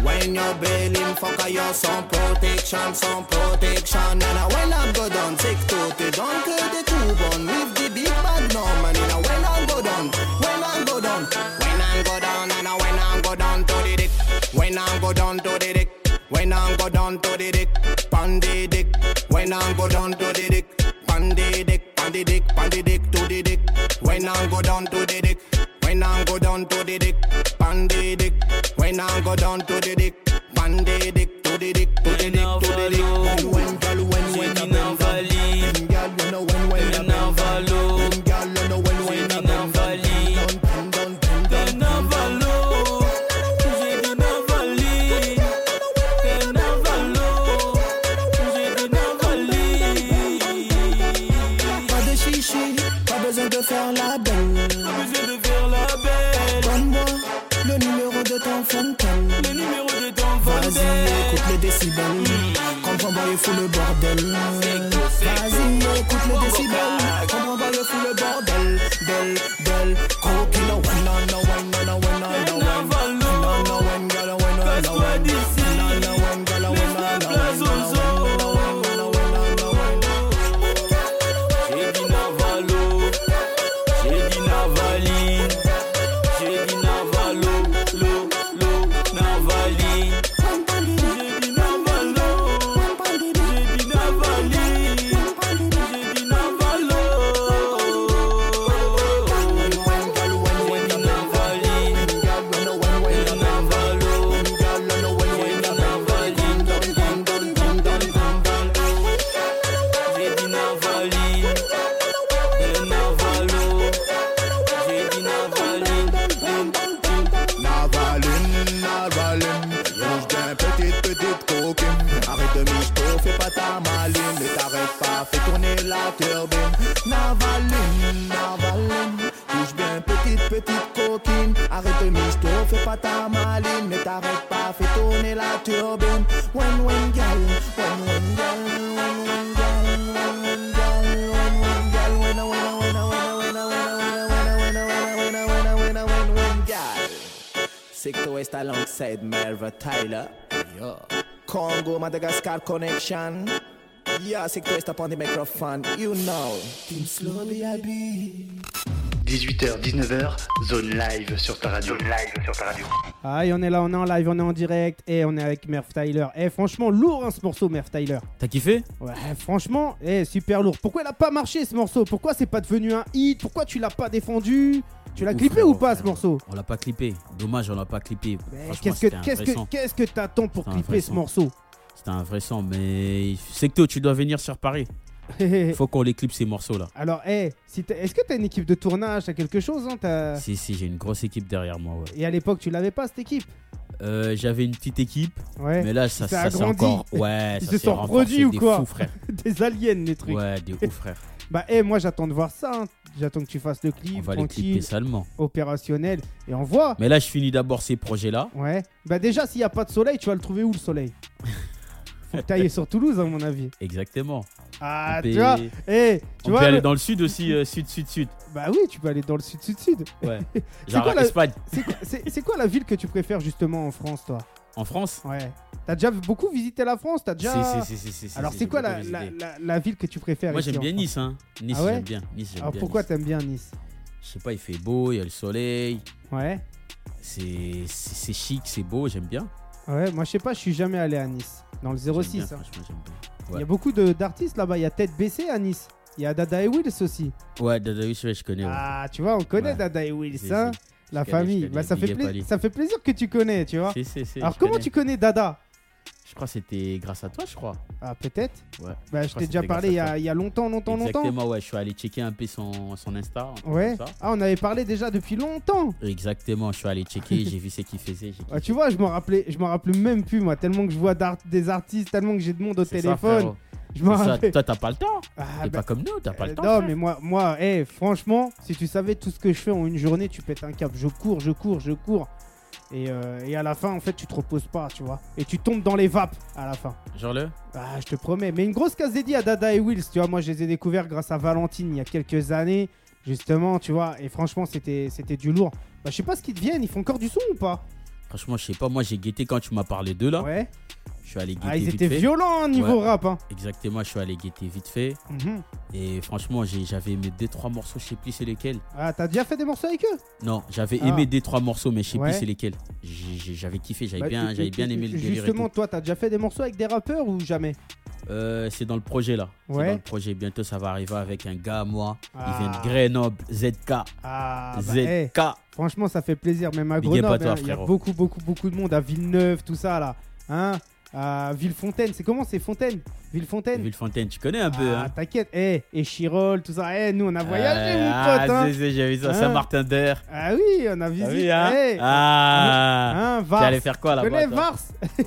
Speaker 6: When you're bailing, fucker, you're some protection, some protection. And I well up, go down, sick to the don't kill the two bone. With the big bad no man, and I well up, go down, well up, go down. When I go down, and I when I go down to the dick. When I go down to the dick. When I go down to the dick, pan the dick. When I go down to the dick, pan the dick, pan the dick, pan the dick to the dick. When I go down to the dick, when I go down to the dick, pan the dick. When I go down to the dick, pan the dick to the dick to the dick to the dick. When girl, when when
Speaker 5: J'ai dit
Speaker 6: I
Speaker 5: narvali.
Speaker 6: bend down. When girl, you know
Speaker 5: D'un narvalo,
Speaker 6: when when I bend down. When girl, you know when when
Speaker 5: J'ai
Speaker 6: I
Speaker 5: dit narvali.
Speaker 6: bend down. Bend down, bend down,
Speaker 5: d'un narvalo, j'ai dit narvali. D'un narvalo, j'ai dit narvali.
Speaker 6: Pas de chichi, pas besoin de faire la belle.
Speaker 5: Pas besoin de faire la belle.
Speaker 6: Donne-moi le numéro de ton fontaine.
Speaker 5: Le numéro de ton
Speaker 6: Vas-y,
Speaker 5: vandelle.
Speaker 6: écoute les décibels. Comprends pas, il fout le bordel. Vas-y, écoute les décibels. Comprends pas, il fout le bordel. Del, del, coquille, no, no, no, no, no, no, no, no, no, no, when, girl, no, when, no, no, when. No, no, when, girl, no, when, no, no, when, no, no, when, no, no, when, no, no, when.
Speaker 5: J'ai dit Navalo, j'ai dit Navaline, j'ai dit Navalo, lo, lo, Navaline. J'ai dit Navalo, j'ai dit Navaline, j'ai dit Navalo. J'ai dit Navaline, j'ai dit Navalo, j'ai dit Navaline, j'ai dit Navaline, j'ai dit Navalo, j'ai dit Navaline.
Speaker 6: Navaline, Navaline, rouge d'un petite, petite coquine. Arrête de misto, fais pas ta maline, ne t'arrête pas, fais tourner la turbine. Navaline, Navaline, rouge bien petite, petite coquine. Arrête de misto, fais pas ta maline, ne t'arrête pas, fais tourner la turbine. Wen, wen, gal, wen, wen, gal, wen, wen, gal, wen, wen, gal, wen, wen, gal, wen, wen, wen, wen, wen, wen, wen, wen, wen, wen, wen, wen, wen, gal. Sector West alongside Merva Tyler. Yeah. Congo Madagascar connection. Yeah, Sector West upon the microphone. You know. Team slowly I be.
Speaker 1: 18h, 19h, zone live sur ta radio.
Speaker 2: Zone live sur ta radio.
Speaker 3: Aïe, on est là, on est en live, on est en direct et on est avec Merv Tyler. Eh, franchement, lourd hein, ce morceau, Merv Tyler.
Speaker 4: T'as kiffé
Speaker 3: Ouais, franchement, eh, super lourd. Pourquoi il a pas marché ce morceau Pourquoi c'est pas devenu un hit Pourquoi tu l'as pas défendu Tu l'as
Speaker 4: Ouf,
Speaker 3: clippé
Speaker 4: frérot,
Speaker 3: ou pas ce
Speaker 4: frérot.
Speaker 3: morceau
Speaker 4: On l'a pas clippé. Dommage, on l'a pas clippé.
Speaker 3: Mais
Speaker 4: Franchement,
Speaker 3: Qu'est-ce
Speaker 4: c'était
Speaker 3: que
Speaker 4: un
Speaker 3: qu'est-ce
Speaker 4: vrai
Speaker 3: que
Speaker 4: sang.
Speaker 3: qu'est-ce que t'attends pour
Speaker 4: C'est un
Speaker 3: clipper
Speaker 4: vrai
Speaker 3: ce
Speaker 4: son.
Speaker 3: morceau
Speaker 4: C'était un vrai sang, mais Secto, tu dois venir sur Paris. Faut qu'on les clippe ces morceaux-là.
Speaker 3: Alors, eh, si t'as- est-ce que t'as une équipe de tournage T'as quelque chose hein, t'as-
Speaker 4: Si, si, j'ai une grosse équipe derrière moi. ouais.
Speaker 3: Et à l'époque, tu l'avais pas cette équipe
Speaker 4: Euh, J'avais une petite équipe,
Speaker 3: Ouais.
Speaker 4: mais là, ça,
Speaker 3: s'est
Speaker 4: ça s'est
Speaker 3: agrandi.
Speaker 4: encore. Ouais,
Speaker 3: Ils
Speaker 4: ça
Speaker 3: se
Speaker 4: s'est
Speaker 3: sont
Speaker 4: renforcé,
Speaker 3: reproduits ou
Speaker 4: des
Speaker 3: quoi
Speaker 4: fous, frère.
Speaker 3: Des aliens, les trucs.
Speaker 4: Ouais, des ouf, frère.
Speaker 3: Bah, hé, moi j'attends de voir ça. hein. J'attends que tu fasses le
Speaker 4: On
Speaker 3: clip,
Speaker 4: va les clipper
Speaker 3: tranquille,
Speaker 4: salement.
Speaker 3: opérationnel. Et on voit.
Speaker 4: Mais là, je finis d'abord ces projets-là.
Speaker 3: Ouais. Bah, déjà, s'il n'y a pas de soleil, tu vas le trouver où le soleil Faut que t'ailles sur Toulouse, à mon avis.
Speaker 4: Exactement.
Speaker 3: Ah,
Speaker 4: on peut,
Speaker 3: tu vois Eh,
Speaker 4: on
Speaker 3: tu vois.
Speaker 4: peut aller
Speaker 3: le-
Speaker 4: dans le sud aussi, euh, sud, sud, sud.
Speaker 3: Bah oui, tu peux aller dans le sud-sud-sud.
Speaker 4: Ouais.
Speaker 3: C'est
Speaker 4: Genre
Speaker 3: quoi la-
Speaker 4: Espagne.
Speaker 3: C'est quoi- C'est c'est quoi la ville que tu préfères justement en France, toi
Speaker 4: En France
Speaker 3: Ouais. T'as déjà beaucoup visité la France T'as déjà.
Speaker 4: Si, si, si, si, si,
Speaker 3: Alors,
Speaker 4: si,
Speaker 3: c'est
Speaker 4: j'ai
Speaker 3: quoi
Speaker 4: beaucoup
Speaker 3: la, la,
Speaker 4: visité.
Speaker 3: la- la ville que tu préfères
Speaker 4: Moi,
Speaker 3: ici
Speaker 4: j'aime
Speaker 3: en
Speaker 4: bien
Speaker 3: France
Speaker 4: Nice. Hein. Nice,
Speaker 3: Ah ouais
Speaker 4: j'aime bien. Nice, j'aime
Speaker 3: Alors
Speaker 4: bien
Speaker 3: pourquoi
Speaker 4: Nice.
Speaker 3: t'aimes bien Nice
Speaker 4: Je sais pas, il fait beau, il y a le soleil.
Speaker 3: Ouais.
Speaker 4: C'est c'est- c'est chic, c'est beau, j'aime bien.
Speaker 3: Ouais, moi je sais pas, je suis jamais allé à Nice. Dans le
Speaker 4: J'aime
Speaker 3: 06.
Speaker 4: bien,
Speaker 3: hein.
Speaker 4: franchement, j'aime bien.
Speaker 3: Il y
Speaker 4: Ouais.
Speaker 3: a beaucoup de- d'artistes là-bas. Il y a Tête Baissée à Nice. Il y a Dada et Wills aussi.
Speaker 4: Ouais, Dada Youssef, je connais. ouais.
Speaker 3: Ah, tu vois, on connaît
Speaker 4: Ouais.
Speaker 3: Dada et Wills,
Speaker 4: Si,
Speaker 3: hein,
Speaker 4: si.
Speaker 3: la
Speaker 4: Je connais,
Speaker 3: famille.
Speaker 4: je connais.
Speaker 3: Bah, ça,
Speaker 4: Big
Speaker 3: fait
Speaker 4: up
Speaker 3: pla-
Speaker 4: Ali.
Speaker 3: ça fait plaisir que tu connais, tu vois.
Speaker 4: Si, si, si,
Speaker 3: Alors,
Speaker 4: je
Speaker 3: comment
Speaker 4: connais.
Speaker 3: tu connais Dada
Speaker 4: Je crois que c'était grâce à toi, je crois.
Speaker 3: Ah, peut-être.
Speaker 4: Ouais.
Speaker 3: Bah, je
Speaker 4: Je crois
Speaker 3: t'ai
Speaker 4: que
Speaker 3: déjà
Speaker 4: c'était
Speaker 3: parlé il y,
Speaker 4: grâce à
Speaker 3: a, il y a longtemps, longtemps, longtemps.
Speaker 4: Exactement, ouais, je suis allé checker un peu son, son Insta. un truc
Speaker 3: Ouais.
Speaker 4: comme ça.
Speaker 3: Ah, on avait parlé déjà depuis longtemps.
Speaker 4: Exactement, je suis allé checker, j'ai vu ce qu'il faisait. j'ai
Speaker 3: Ah,
Speaker 4: kiffé.
Speaker 3: tu vois, je m'en rappelais, je m'en rappelais même plus moi, tellement que je vois d'art- des artistes, tellement que j'ai de monde au
Speaker 4: C'est ça,
Speaker 3: téléphone.
Speaker 4: frérot.
Speaker 3: je m'en
Speaker 4: C'est ça.
Speaker 3: rappelle.
Speaker 4: Toi, t'as pas le temps.
Speaker 3: Ah,
Speaker 4: T'es
Speaker 3: bah,
Speaker 4: pas comme nous, t'as pas
Speaker 3: Euh,
Speaker 4: le temps.
Speaker 3: Non,
Speaker 4: frère.
Speaker 3: mais moi, moi eh, franchement, si tu savais tout ce que je fais en une journée, tu pètes un câble. Je cours, je cours, je cours. Et, euh, et à la fin, en fait, tu te reposes pas, tu vois. Et tu tombes dans les vapes à la fin.
Speaker 4: Genre le
Speaker 3: Ah, je te promets. Mais une grosse case dédiée à Dada et Wills, tu vois. Moi, je les ai découverts grâce à Valentine il y a quelques années, justement, tu vois. Et franchement, c'était c'était du lourd. Bah, je sais pas ce qu'ils deviennent. Ils font encore du son ou pas
Speaker 4: Franchement, je sais pas, moi j'ai guetté quand tu m'as parlé d'eux là.
Speaker 3: Ouais.
Speaker 4: Je suis allé guetter
Speaker 3: Ah, ils
Speaker 4: vite
Speaker 3: étaient
Speaker 4: fait.
Speaker 3: violents hein, niveau
Speaker 4: Ouais.
Speaker 3: rap. Hein.
Speaker 4: Exactement, je suis allé guetter vite fait.
Speaker 3: Mhm.
Speaker 4: Et franchement, j'ai- j'avais aimé deux, trois morceaux, je sais plus c'est lesquels.
Speaker 3: Ah, t'as déjà fait des morceaux avec eux
Speaker 4: Non, j'avais
Speaker 3: Ah.
Speaker 4: aimé des trois morceaux, mais je sais
Speaker 3: Ouais.
Speaker 4: plus c'est lesquels. J'ai- j'ai- J'avais kiffé, j'avais
Speaker 3: Bah,
Speaker 4: bien,
Speaker 3: tu-
Speaker 4: j'avais
Speaker 3: tu-
Speaker 4: bien aimé le délire. et
Speaker 3: Justement, toi, t'as déjà fait des morceaux avec des rappeurs ou jamais
Speaker 4: tout. Euh, c'est dans le projet là. C'est
Speaker 3: Ouais.
Speaker 4: Dans le projet, bientôt ça va arriver avec un gars, moi.
Speaker 3: Ah.
Speaker 4: Il vient de Grenoble, ZK.
Speaker 3: Ah, bah, eh.
Speaker 4: ZK.
Speaker 3: Franchement, ça fait plaisir, même à
Speaker 4: Big up à
Speaker 3: Grenoble.
Speaker 4: toi,
Speaker 3: hein, Il y a
Speaker 4: frérot.
Speaker 3: beaucoup, beaucoup, beaucoup de monde à Villeneuve, tout ça là. Hein à Villefontaine, c'est comment C'est Fontaine Villefontaine
Speaker 4: Villefontaine, tu connais un peu,
Speaker 3: Ah,
Speaker 4: hein
Speaker 3: t'inquiète. Eh, et Chirol, tout ça. Eh, nous, on a voyagé,
Speaker 4: Euh,
Speaker 3: mon pote.
Speaker 4: Ah,
Speaker 3: hein.
Speaker 4: c'est- c'est- j'avais ça,
Speaker 3: Hein.
Speaker 4: Saint-Martin d'Air.
Speaker 3: Ah oui, on a
Speaker 4: T'as
Speaker 3: visité.
Speaker 4: vu, hein
Speaker 3: eh.
Speaker 4: Ah
Speaker 3: Hein,
Speaker 4: T'es
Speaker 3: Vars.
Speaker 4: allé faire quoi
Speaker 3: Tu connais
Speaker 4: là-bas toi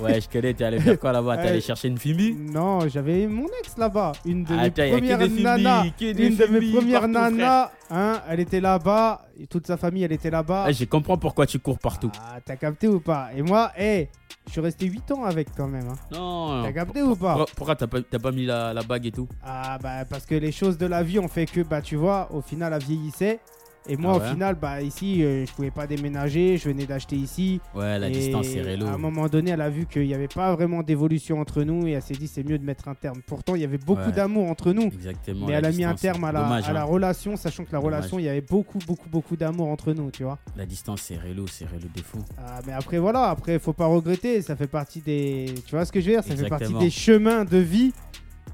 Speaker 3: Vars
Speaker 4: Ouais, je connais, t'es allé faire quoi là-bas T'es
Speaker 3: Ouais.
Speaker 4: allé chercher une fille
Speaker 3: Non, j'avais mon ex là-bas. Une de
Speaker 4: Ah,
Speaker 3: mes
Speaker 4: putain, y a que
Speaker 3: premières
Speaker 4: des filles,
Speaker 3: nanas.
Speaker 4: que des
Speaker 3: Une de mes
Speaker 4: filles
Speaker 3: premières
Speaker 4: partout,
Speaker 3: nanas. Hein, elle était là-bas. et Toute sa famille, elle était là-bas.
Speaker 4: ah, Je comprends pourquoi tu cours partout.
Speaker 3: Ah, t'as capté ou pas Et moi, eh, je suis resté 8 ans avec quand même. hein.
Speaker 4: Non
Speaker 3: T'as
Speaker 4: pour-
Speaker 3: capté ou pas
Speaker 4: Pourquoi, pourquoi t'as pas, t'as pas mis la, la bague et tout
Speaker 3: Ah bah parce que les choses de la vie ont fait que bah tu vois au final elle vieillissait et moi
Speaker 4: Ah
Speaker 3: au
Speaker 4: ouais
Speaker 3: final bah ici euh, je pouvais pas déménager, je venais d'acheter ici.
Speaker 4: Ouais, la
Speaker 3: et
Speaker 4: distance est relou.
Speaker 3: À un moment donné elle a vu qu'il n'y avait pas vraiment d'évolution entre nous et elle s'est dit c'est mieux de mettre un terme. Pourtant il y avait beaucoup
Speaker 4: Ouais.
Speaker 3: d'amour entre nous.
Speaker 4: Exactement.
Speaker 3: Mais
Speaker 4: la
Speaker 3: elle a mis un
Speaker 4: distance,
Speaker 3: terme à la,
Speaker 4: dommage,
Speaker 3: à la
Speaker 4: hein.
Speaker 3: relation, sachant que la
Speaker 4: Dommage.
Speaker 3: relation, il y avait beaucoup, beaucoup, beaucoup d'amour entre nous, tu vois.
Speaker 4: La distance, c'est relou, c'est relou de fou.
Speaker 3: Ah, mais après, voilà, après, faut pas regretter, ça fait partie des. Tu vois ce que je veux dire Ça fait
Speaker 4: Exactement.
Speaker 3: partie des chemins de vie.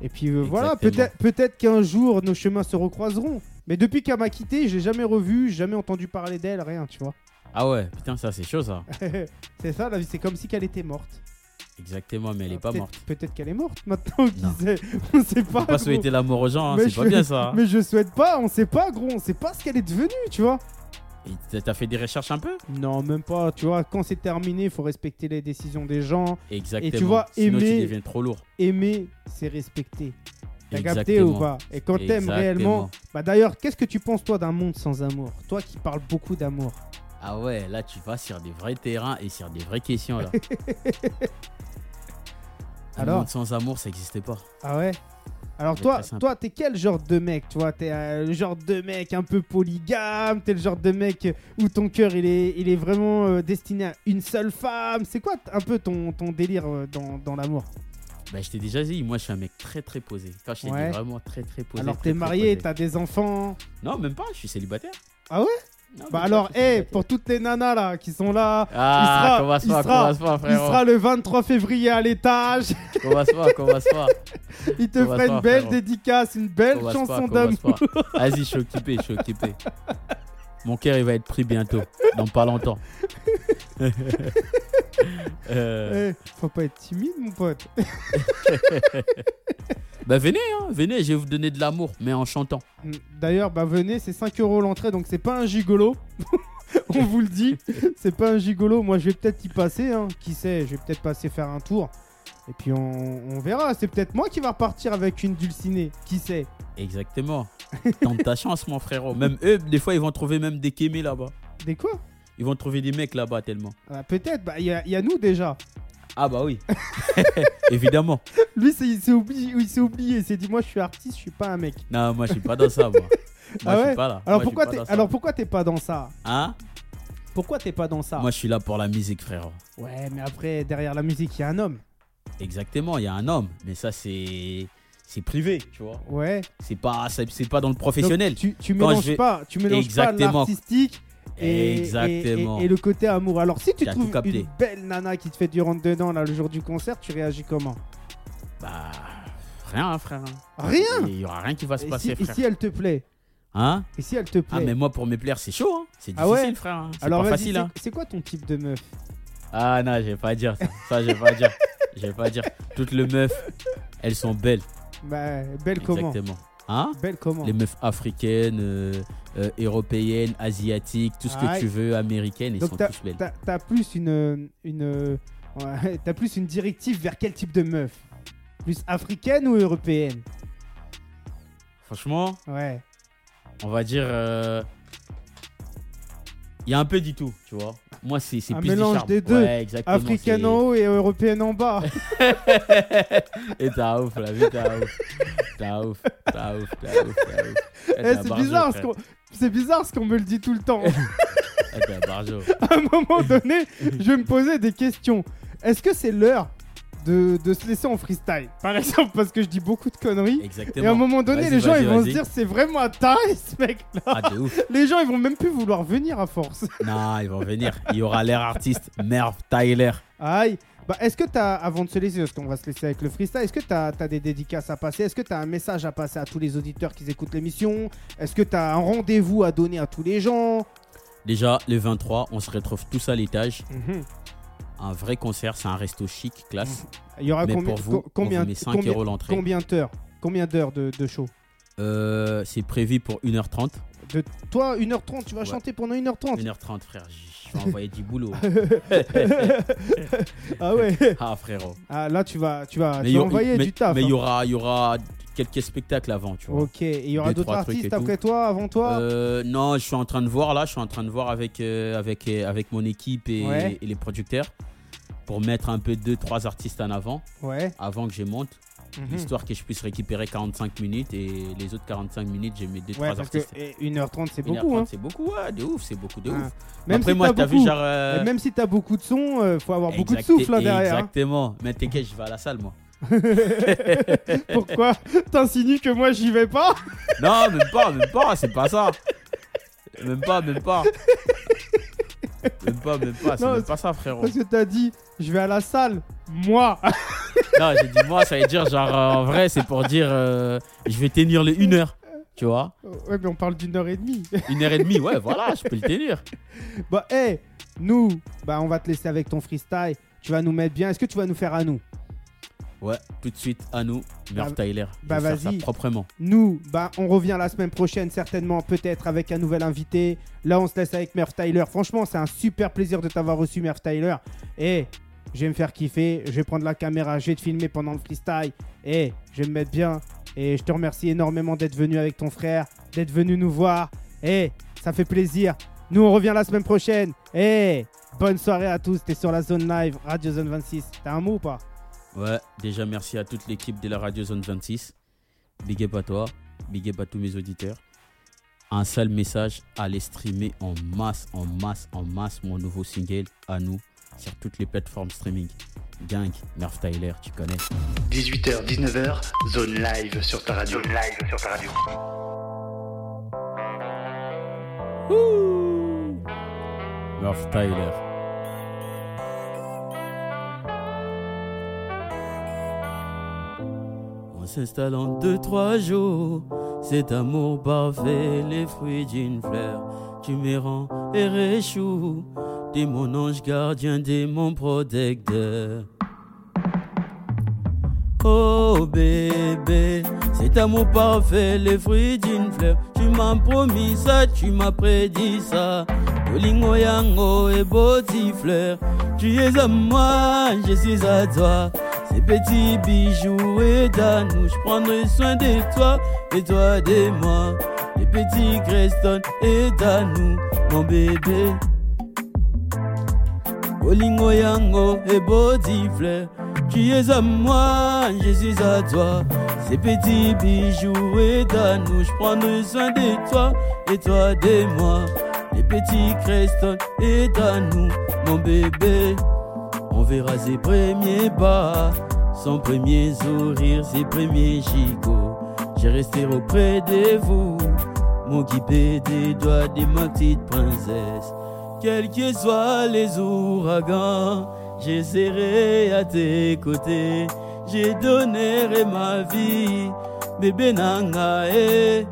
Speaker 3: Et puis euh, voilà,
Speaker 4: Exactement.
Speaker 3: peut-être peut qu'un jour nos chemins se recroiseront. Mais depuis qu'elle m'a quitté, je l'ai jamais revue, jamais entendu parler d'elle, rien, tu vois.
Speaker 4: Ah ouais, putain, ça, c'est chaud ça.
Speaker 3: c'est ça, la vie, c'est comme si qu'elle était morte.
Speaker 4: Exactement, mais elle est
Speaker 3: Ah,
Speaker 4: pas
Speaker 3: peut-être-
Speaker 4: morte.
Speaker 3: Peut-être qu'elle est morte maintenant, qui
Speaker 4: Non.
Speaker 3: sait On sait pas.
Speaker 4: Faut pas
Speaker 3: gros.
Speaker 4: souhaiter l'amour aux gens, hein,
Speaker 3: Mais
Speaker 4: c'est
Speaker 3: je-
Speaker 4: pas bien ça. hein.
Speaker 3: Mais je souhaite pas, on sait pas, gros, on sait pas ce qu'elle est devenue, tu vois.
Speaker 4: Et t'as- T'as fait des recherches un peu
Speaker 3: Non, même pas. Tu vois, quand c'est terminé, il faut respecter les décisions des gens.
Speaker 4: Exactement.
Speaker 3: vois,
Speaker 4: Sinon,
Speaker 3: aimer-
Speaker 4: tu deviens trop lourd.
Speaker 3: Aimer, c'est respecter. T'as capté
Speaker 4: Exactement.
Speaker 3: ou pas Et quand t'aimes
Speaker 4: Exactement.
Speaker 3: réellement. Bah d'ailleurs, qu'est-ce que tu penses, toi, d'un monde sans amour Toi qui parles beaucoup d'amour.
Speaker 4: Ah ouais, là, tu vas sur des vrais terrains et sur des vraies questions là. Un
Speaker 3: Alors
Speaker 4: monde sans amour, ça n'existait pas.
Speaker 3: Ah ouais alors
Speaker 4: C'est
Speaker 3: toi,
Speaker 4: très simple.
Speaker 3: toi, t'es quel genre de mec Tu vois, t'es euh, le genre de mec un peu polygame, t'es le genre de mec où ton cœur il est, il est vraiment euh, destiné à une seule femme. C'est quoi t- un peu ton, ton délire euh, dans, dans l'amour
Speaker 4: Bah, je t'ai déjà dit, moi je suis un mec très très posé. Quand je t'ai
Speaker 3: Ouais.
Speaker 4: dit vraiment très très posé.
Speaker 3: Alors
Speaker 4: très,
Speaker 3: t'es
Speaker 4: très
Speaker 3: marié,
Speaker 4: posé. Ah,
Speaker 3: t'as des enfants,
Speaker 4: Non, même pas, je suis célibataire.
Speaker 3: Ah ouais
Speaker 4: Non,
Speaker 3: Bah
Speaker 4: même
Speaker 3: alors,
Speaker 4: pas, je
Speaker 3: hé,
Speaker 4: suis
Speaker 3: pour toutes les nanas là qui sont là,
Speaker 4: célibataire. Ah,
Speaker 3: il sera-
Speaker 4: commence
Speaker 3: il
Speaker 4: pas,
Speaker 3: sera-
Speaker 4: commence pas,
Speaker 3: il
Speaker 4: frérot.
Speaker 3: sera le 23 février à l'étage.
Speaker 4: Commence pas, commence pas.
Speaker 3: il te
Speaker 4: On va
Speaker 3: fera
Speaker 4: se
Speaker 3: une
Speaker 4: voir,
Speaker 3: belle
Speaker 4: frérot.
Speaker 3: dédicace, une belle
Speaker 4: Commence pas,
Speaker 3: chanson
Speaker 4: commence
Speaker 3: d'amour.
Speaker 4: pas. Vas-y, je suis occupé, je suis occupé. Mon cœur, il va être pris bientôt, dans pas longtemps. Euh,
Speaker 3: Eh, faut pas être timide, mon pote.
Speaker 4: Bah venez, hein, venez, je vais vous donner de l'amour, mais en chantant.
Speaker 3: D'ailleurs, bah venez, c'est 5 euros l'entrée, donc c'est pas un gigolo. on vous le dit. C'est pas un gigolo. Moi, je vais peut-être y passer. hein. Qui sait Je vais peut-être passer faire un tour. Et puis on, on verra. C'est peut-être moi qui va repartir avec une dulcinée. Qui sait
Speaker 4: Exactement. Tente ta chance, mon frérot. Même eux, des fois, ils vont trouver même des kémés là-bas.
Speaker 3: Des quoi
Speaker 4: Ils vont trouver des mecs là-bas tellement.
Speaker 3: Ah, Peut-être. Bah, il y, a- il y a nous déjà.
Speaker 4: Ah bah oui. Évidemment.
Speaker 3: Lui, c'est- il s'est oublié. Il s'est oublié. Il s'est dit, moi, je suis artiste. Je suis pas un mec.
Speaker 4: Non, moi, je suis pas dans ça, moi. Moi,
Speaker 3: Ah
Speaker 4: je
Speaker 3: ouais
Speaker 4: suis pas là.
Speaker 3: Alors
Speaker 4: Moi, je suis
Speaker 3: pourquoi
Speaker 4: pas
Speaker 3: t'es
Speaker 4: dans ça.
Speaker 3: alors pourquoi t'es pas dans ça
Speaker 4: Hein
Speaker 3: Pourquoi t'es pas dans ça
Speaker 4: Moi, je suis là pour la musique, frérot.
Speaker 3: Ouais, mais après derrière la musique, il y a un homme.
Speaker 4: Exactement, il y a un homme. Mais ça, c'est. C'est privé, tu vois.
Speaker 3: Ouais.
Speaker 4: C'est pas, c'est c'est pas dans le professionnel.
Speaker 3: Donc, tu tu
Speaker 4: Quand
Speaker 3: mélanges
Speaker 4: je vais-
Speaker 3: pas, tu mélanges pas
Speaker 4: Exactement.
Speaker 3: l'artistique et,
Speaker 4: Exactement.
Speaker 3: et- et- et le côté amour. Alors si tu
Speaker 4: T'as
Speaker 3: trouves
Speaker 4: tout capté.
Speaker 3: une belle nana qui te fait du rentre dedans là le jour du concert, tu réagis comment
Speaker 4: Bah. Rien, hein, frère.
Speaker 3: Rien.
Speaker 4: Il y aura rien qui va se
Speaker 3: Ah. Et si,
Speaker 4: passer,
Speaker 3: et
Speaker 4: frère.
Speaker 3: si elle te plaît
Speaker 4: Hein
Speaker 3: Et si elle te plaît
Speaker 4: Ah, mais moi, pour me plaire, c'est chaud, hein. C'est
Speaker 3: Ah
Speaker 4: difficile,
Speaker 3: ouais
Speaker 4: frère. hein. C'est
Speaker 3: Alors
Speaker 4: pas
Speaker 3: vas-y,
Speaker 4: facile,
Speaker 3: c'est-
Speaker 4: hein.
Speaker 3: c'est quoi ton type de meuf
Speaker 4: Ah non, je vais pas dire ça. Ça, je vais pas dire. Je vais pas dire. Toutes les meufs, elles sont belles.
Speaker 3: Bah, belle comment
Speaker 4: Exactement. Hein
Speaker 3: Belle comment
Speaker 4: Les meufs africaines, euh, euh, européennes, asiatiques, tout ce que
Speaker 3: Aïe.
Speaker 4: tu veux, américaines, elles
Speaker 3: Donc
Speaker 4: sont
Speaker 3: t'as-
Speaker 4: toutes belles.
Speaker 3: t'as t'as plus une une ouais, t'as plus une directive vers quel type de meuf Plus africaine ou européenne
Speaker 4: Franchement,
Speaker 3: Ouais.
Speaker 4: on va dire. euh, Il y a un peu du tout, tu vois. Moi, c'est c'est
Speaker 3: Un
Speaker 4: plus du
Speaker 3: mélange
Speaker 4: charme.
Speaker 3: des deux.
Speaker 4: Ouais, exactement.
Speaker 3: Africaine
Speaker 4: c'est-
Speaker 3: en haut et européenne en bas. Eh,
Speaker 4: Et Eh, t'as ouf, la vie, t'as ouf. T'as ouf, t'as ouf, t'as ouf, t'as ouf. Eh,
Speaker 3: Eh,
Speaker 4: t'as
Speaker 3: c'est
Speaker 4: Barjo,
Speaker 3: bizarre, ce
Speaker 4: frère.
Speaker 3: qu'on- c'est bizarre ce qu'on me le dit tout le temps.
Speaker 4: Eh, t'as Barjo.
Speaker 3: à un moment donné, je vais me posais des questions. Est-ce que c'est l'heure de, de se laisser en freestyle Par exemple, parce que je dis beaucoup de conneries.
Speaker 4: Exactement.
Speaker 3: Et à un moment donné,
Speaker 4: Vas-y,
Speaker 3: les gens
Speaker 4: vas-y,
Speaker 3: ils vont se
Speaker 4: vas-y.
Speaker 3: dire c'est vraiment un taré ce mec-là.
Speaker 4: Ah, de ouf.
Speaker 3: Les gens ils vont même plus vouloir venir à force.
Speaker 4: Non, ils vont venir. Il y aura l'air artiste. Merv, Tyler.
Speaker 3: Aïe. Bah, est-ce que t'as, avant de se laisser, parce qu'on va se laisser avec le freestyle, est-ce que t'as as des dédicaces à passer Est-ce que t'as un message à passer à tous les auditeurs qui écoutent l'émission Est-ce que t'as un rendez-vous à donner à tous les gens
Speaker 4: Déjà, le 23, on se retrouve tous à l'étage.
Speaker 3: Mhm.
Speaker 4: Un vrai concert, c'est un resto chic, classe.
Speaker 3: Il y aura
Speaker 4: Mais
Speaker 3: combi-
Speaker 4: pour vous,
Speaker 3: co- Ah, combien,
Speaker 4: on vous met 5
Speaker 3: combien,
Speaker 4: euros l'entrée.
Speaker 3: combien d'heures Combien d'heures de, de show
Speaker 4: Euh, c'est prévu pour 1h30.
Speaker 3: de Toi, 1h30, tu vas
Speaker 4: Ouais.
Speaker 3: chanter pendant 1h30.
Speaker 4: 1h30, frère. Je je vais envoyer du boulot.
Speaker 3: ah ouais
Speaker 4: ah, frérot.
Speaker 3: Ah là, tu vas, tu vas,
Speaker 4: il
Speaker 3: tu
Speaker 4: y
Speaker 3: vas
Speaker 4: aura-
Speaker 3: envoyer
Speaker 4: mais-
Speaker 3: du taf.
Speaker 4: Mais il y
Speaker 3: hein. Oh,
Speaker 4: aura, il y aura quelques spectacles avant, tu vois.
Speaker 3: Ok, et il y aura
Speaker 4: Deux,
Speaker 3: d'autres
Speaker 4: trois trucs et
Speaker 3: artistes
Speaker 4: tout.
Speaker 3: après toi, avant toi
Speaker 4: Euh, non, je suis en train de voir là, je suis en train de voir avec, euh, avec, euh, avec mon équipe et,
Speaker 3: Ouais.
Speaker 4: et les producteurs pour mettre un peu deux, trois artistes en avant,
Speaker 3: Ouais.
Speaker 4: avant que je monte.
Speaker 3: Mhm.
Speaker 4: histoire que je puisse récupérer 45 minutes et les autres 45 minutes j'ai mes deux
Speaker 3: Ouais,
Speaker 4: trois
Speaker 3: parce que
Speaker 4: artistes.
Speaker 3: eh, 1h30, c'est
Speaker 4: Une heure
Speaker 3: beaucoup.
Speaker 4: trente,
Speaker 3: Hein.
Speaker 4: C'est beaucoup, ouais, de ouf, c'est beaucoup de
Speaker 3: Ouais.
Speaker 4: ouf.
Speaker 3: Même
Speaker 4: Après
Speaker 3: si
Speaker 4: moi,
Speaker 3: t'as
Speaker 4: t'as vu
Speaker 3: beaucoup-
Speaker 4: genre euh,
Speaker 3: Et Même si t'as beaucoup de sons, euh, faut avoir beaucoup de
Speaker 4: exacté-
Speaker 3: souffle là derrière. hein.
Speaker 4: Exactement. Mais t'inquiète, je vais à la salle moi.
Speaker 3: Pourquoi T'insinues que moi j'y vais pas
Speaker 4: non, même pas, même pas, c'est pas ça. Même pas, même pas. Même pas, même pas, c'est
Speaker 3: Non,
Speaker 4: même pas ça frérot.
Speaker 3: Parce que t'as dit, je vais à la salle. Moi
Speaker 4: Non, j'ai dit moi, ça veut dire genre euh, en vrai, c'est pour dire euh, je vais tenir les 1 heure. Tu vois
Speaker 3: Ouais, mais on parle d'une heure et demie.
Speaker 4: Une heure et demie, ouais, voilà, je peux le tenir.
Speaker 3: bah, hé, nous, bah, on va te laisser avec ton freestyle. Tu vas nous mettre bien. Est-ce que tu vas nous faire à nous
Speaker 4: Ouais, tout de suite, à nous, Murph
Speaker 3: Bah-
Speaker 4: Tyler.
Speaker 3: bah,
Speaker 4: Je vais faire ça
Speaker 3: vas-y.
Speaker 4: proprement.
Speaker 3: Nous, bah, on revient la semaine prochaine, certainement, peut-être avec un nouvel invité. Là, on se laisse avec Merv Tyler. Franchement, c'est un super plaisir de t'avoir reçu, Merv Tyler. Et je vais me faire kiffer. Je vais prendre la caméra, je vais te filmer pendant le freestyle. Et je vais me mettre bien. Et je te remercie énormément d'être venu avec ton frère, d'être venu nous voir. Et ça fait plaisir. Nous, on revient la semaine prochaine. Et bonne soirée à tous. T'es sur la zone live, Radio Zone 26. T'as un mot ou pas
Speaker 4: Ouais, déjà merci à toute l'équipe de la Radio Zone 26. Big up à toi, big up à tous mes auditeurs. Un seul message, allez streamer en masse, en masse, en masse mon nouveau single à nous sur toutes les plateformes streaming. Gang, Nerf Tyler, tu connais.
Speaker 1: 18h, 19h, zone live sur ta radio.
Speaker 2: Zone live sur ta radio.
Speaker 4: Nerf Tyler. On s'installe en deux, trois jours. Cet amour parfait, les fruits d'une fleur. Tu me rends et réchoues. T'es mon ange gardien, t'es mon protecteur. Oh bébé, cet amour parfait, les fruits d'une fleur. Tu m'as promis ça, tu m'as prédit ça.
Speaker 5: Bolingo yango et beauty fleur. Tu es à moi, je suis à toi. Ces petits bijoux et à nous, je prendrai soin de toi et toi de moi. Les petits Creston et à nous, mon bébé. Bolingo yango et body fleur. Tu es à moi, je suis à toi. Ces petits bijoux et à nous, je prendrai soin de toi et toi de moi. Les petits Creston et à nous, mon bébé. On verra ses premiers pas, son premier sourire, ses premiers gigots. J'ai resté auprès de vous, m'occuper des doigts de ma petite princesse. Quels que soient les ouragans, je serai à tes côtés. Je donnerai ma vie, bébé Nanga. Et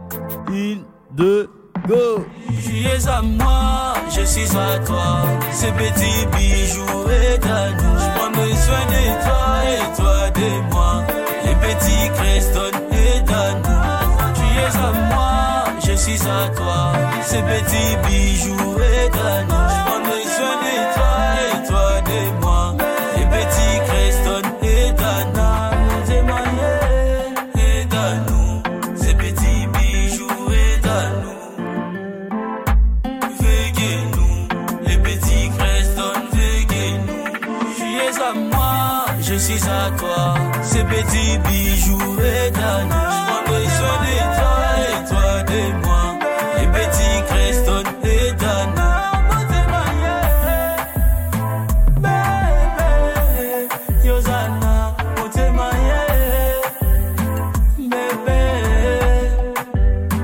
Speaker 5: une, deux, go! Tu es à moi, je suis à toi. Ces petits bijoux et ta nous. Je prends soin de toi et toi de moi. Les petits Creston et ta nous. Tu es à moi, je suis à toi. Ces petits bijoux et ta nous. Je prends soin de toi et toi de moi. Les petits Creston et ta nous. C'est moi, yeah, et ta nous. Ces petits bijoux et ta nous. Veguez-nous, les petits Creston, veguez-nous. Tu es à moi, je suis à toi. Ces petits bijoux et ta nous. Je prends soin de toi et toi de moi. Les petits Creston et ta nous. Bébé, Yosana, Otemaye. Bébé. Mm.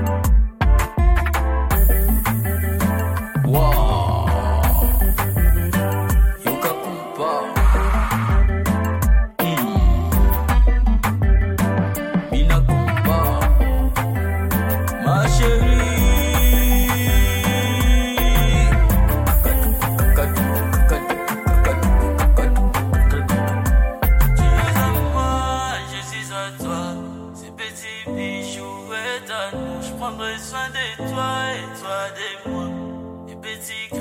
Speaker 5: Soin de toi et toi de moi, les petits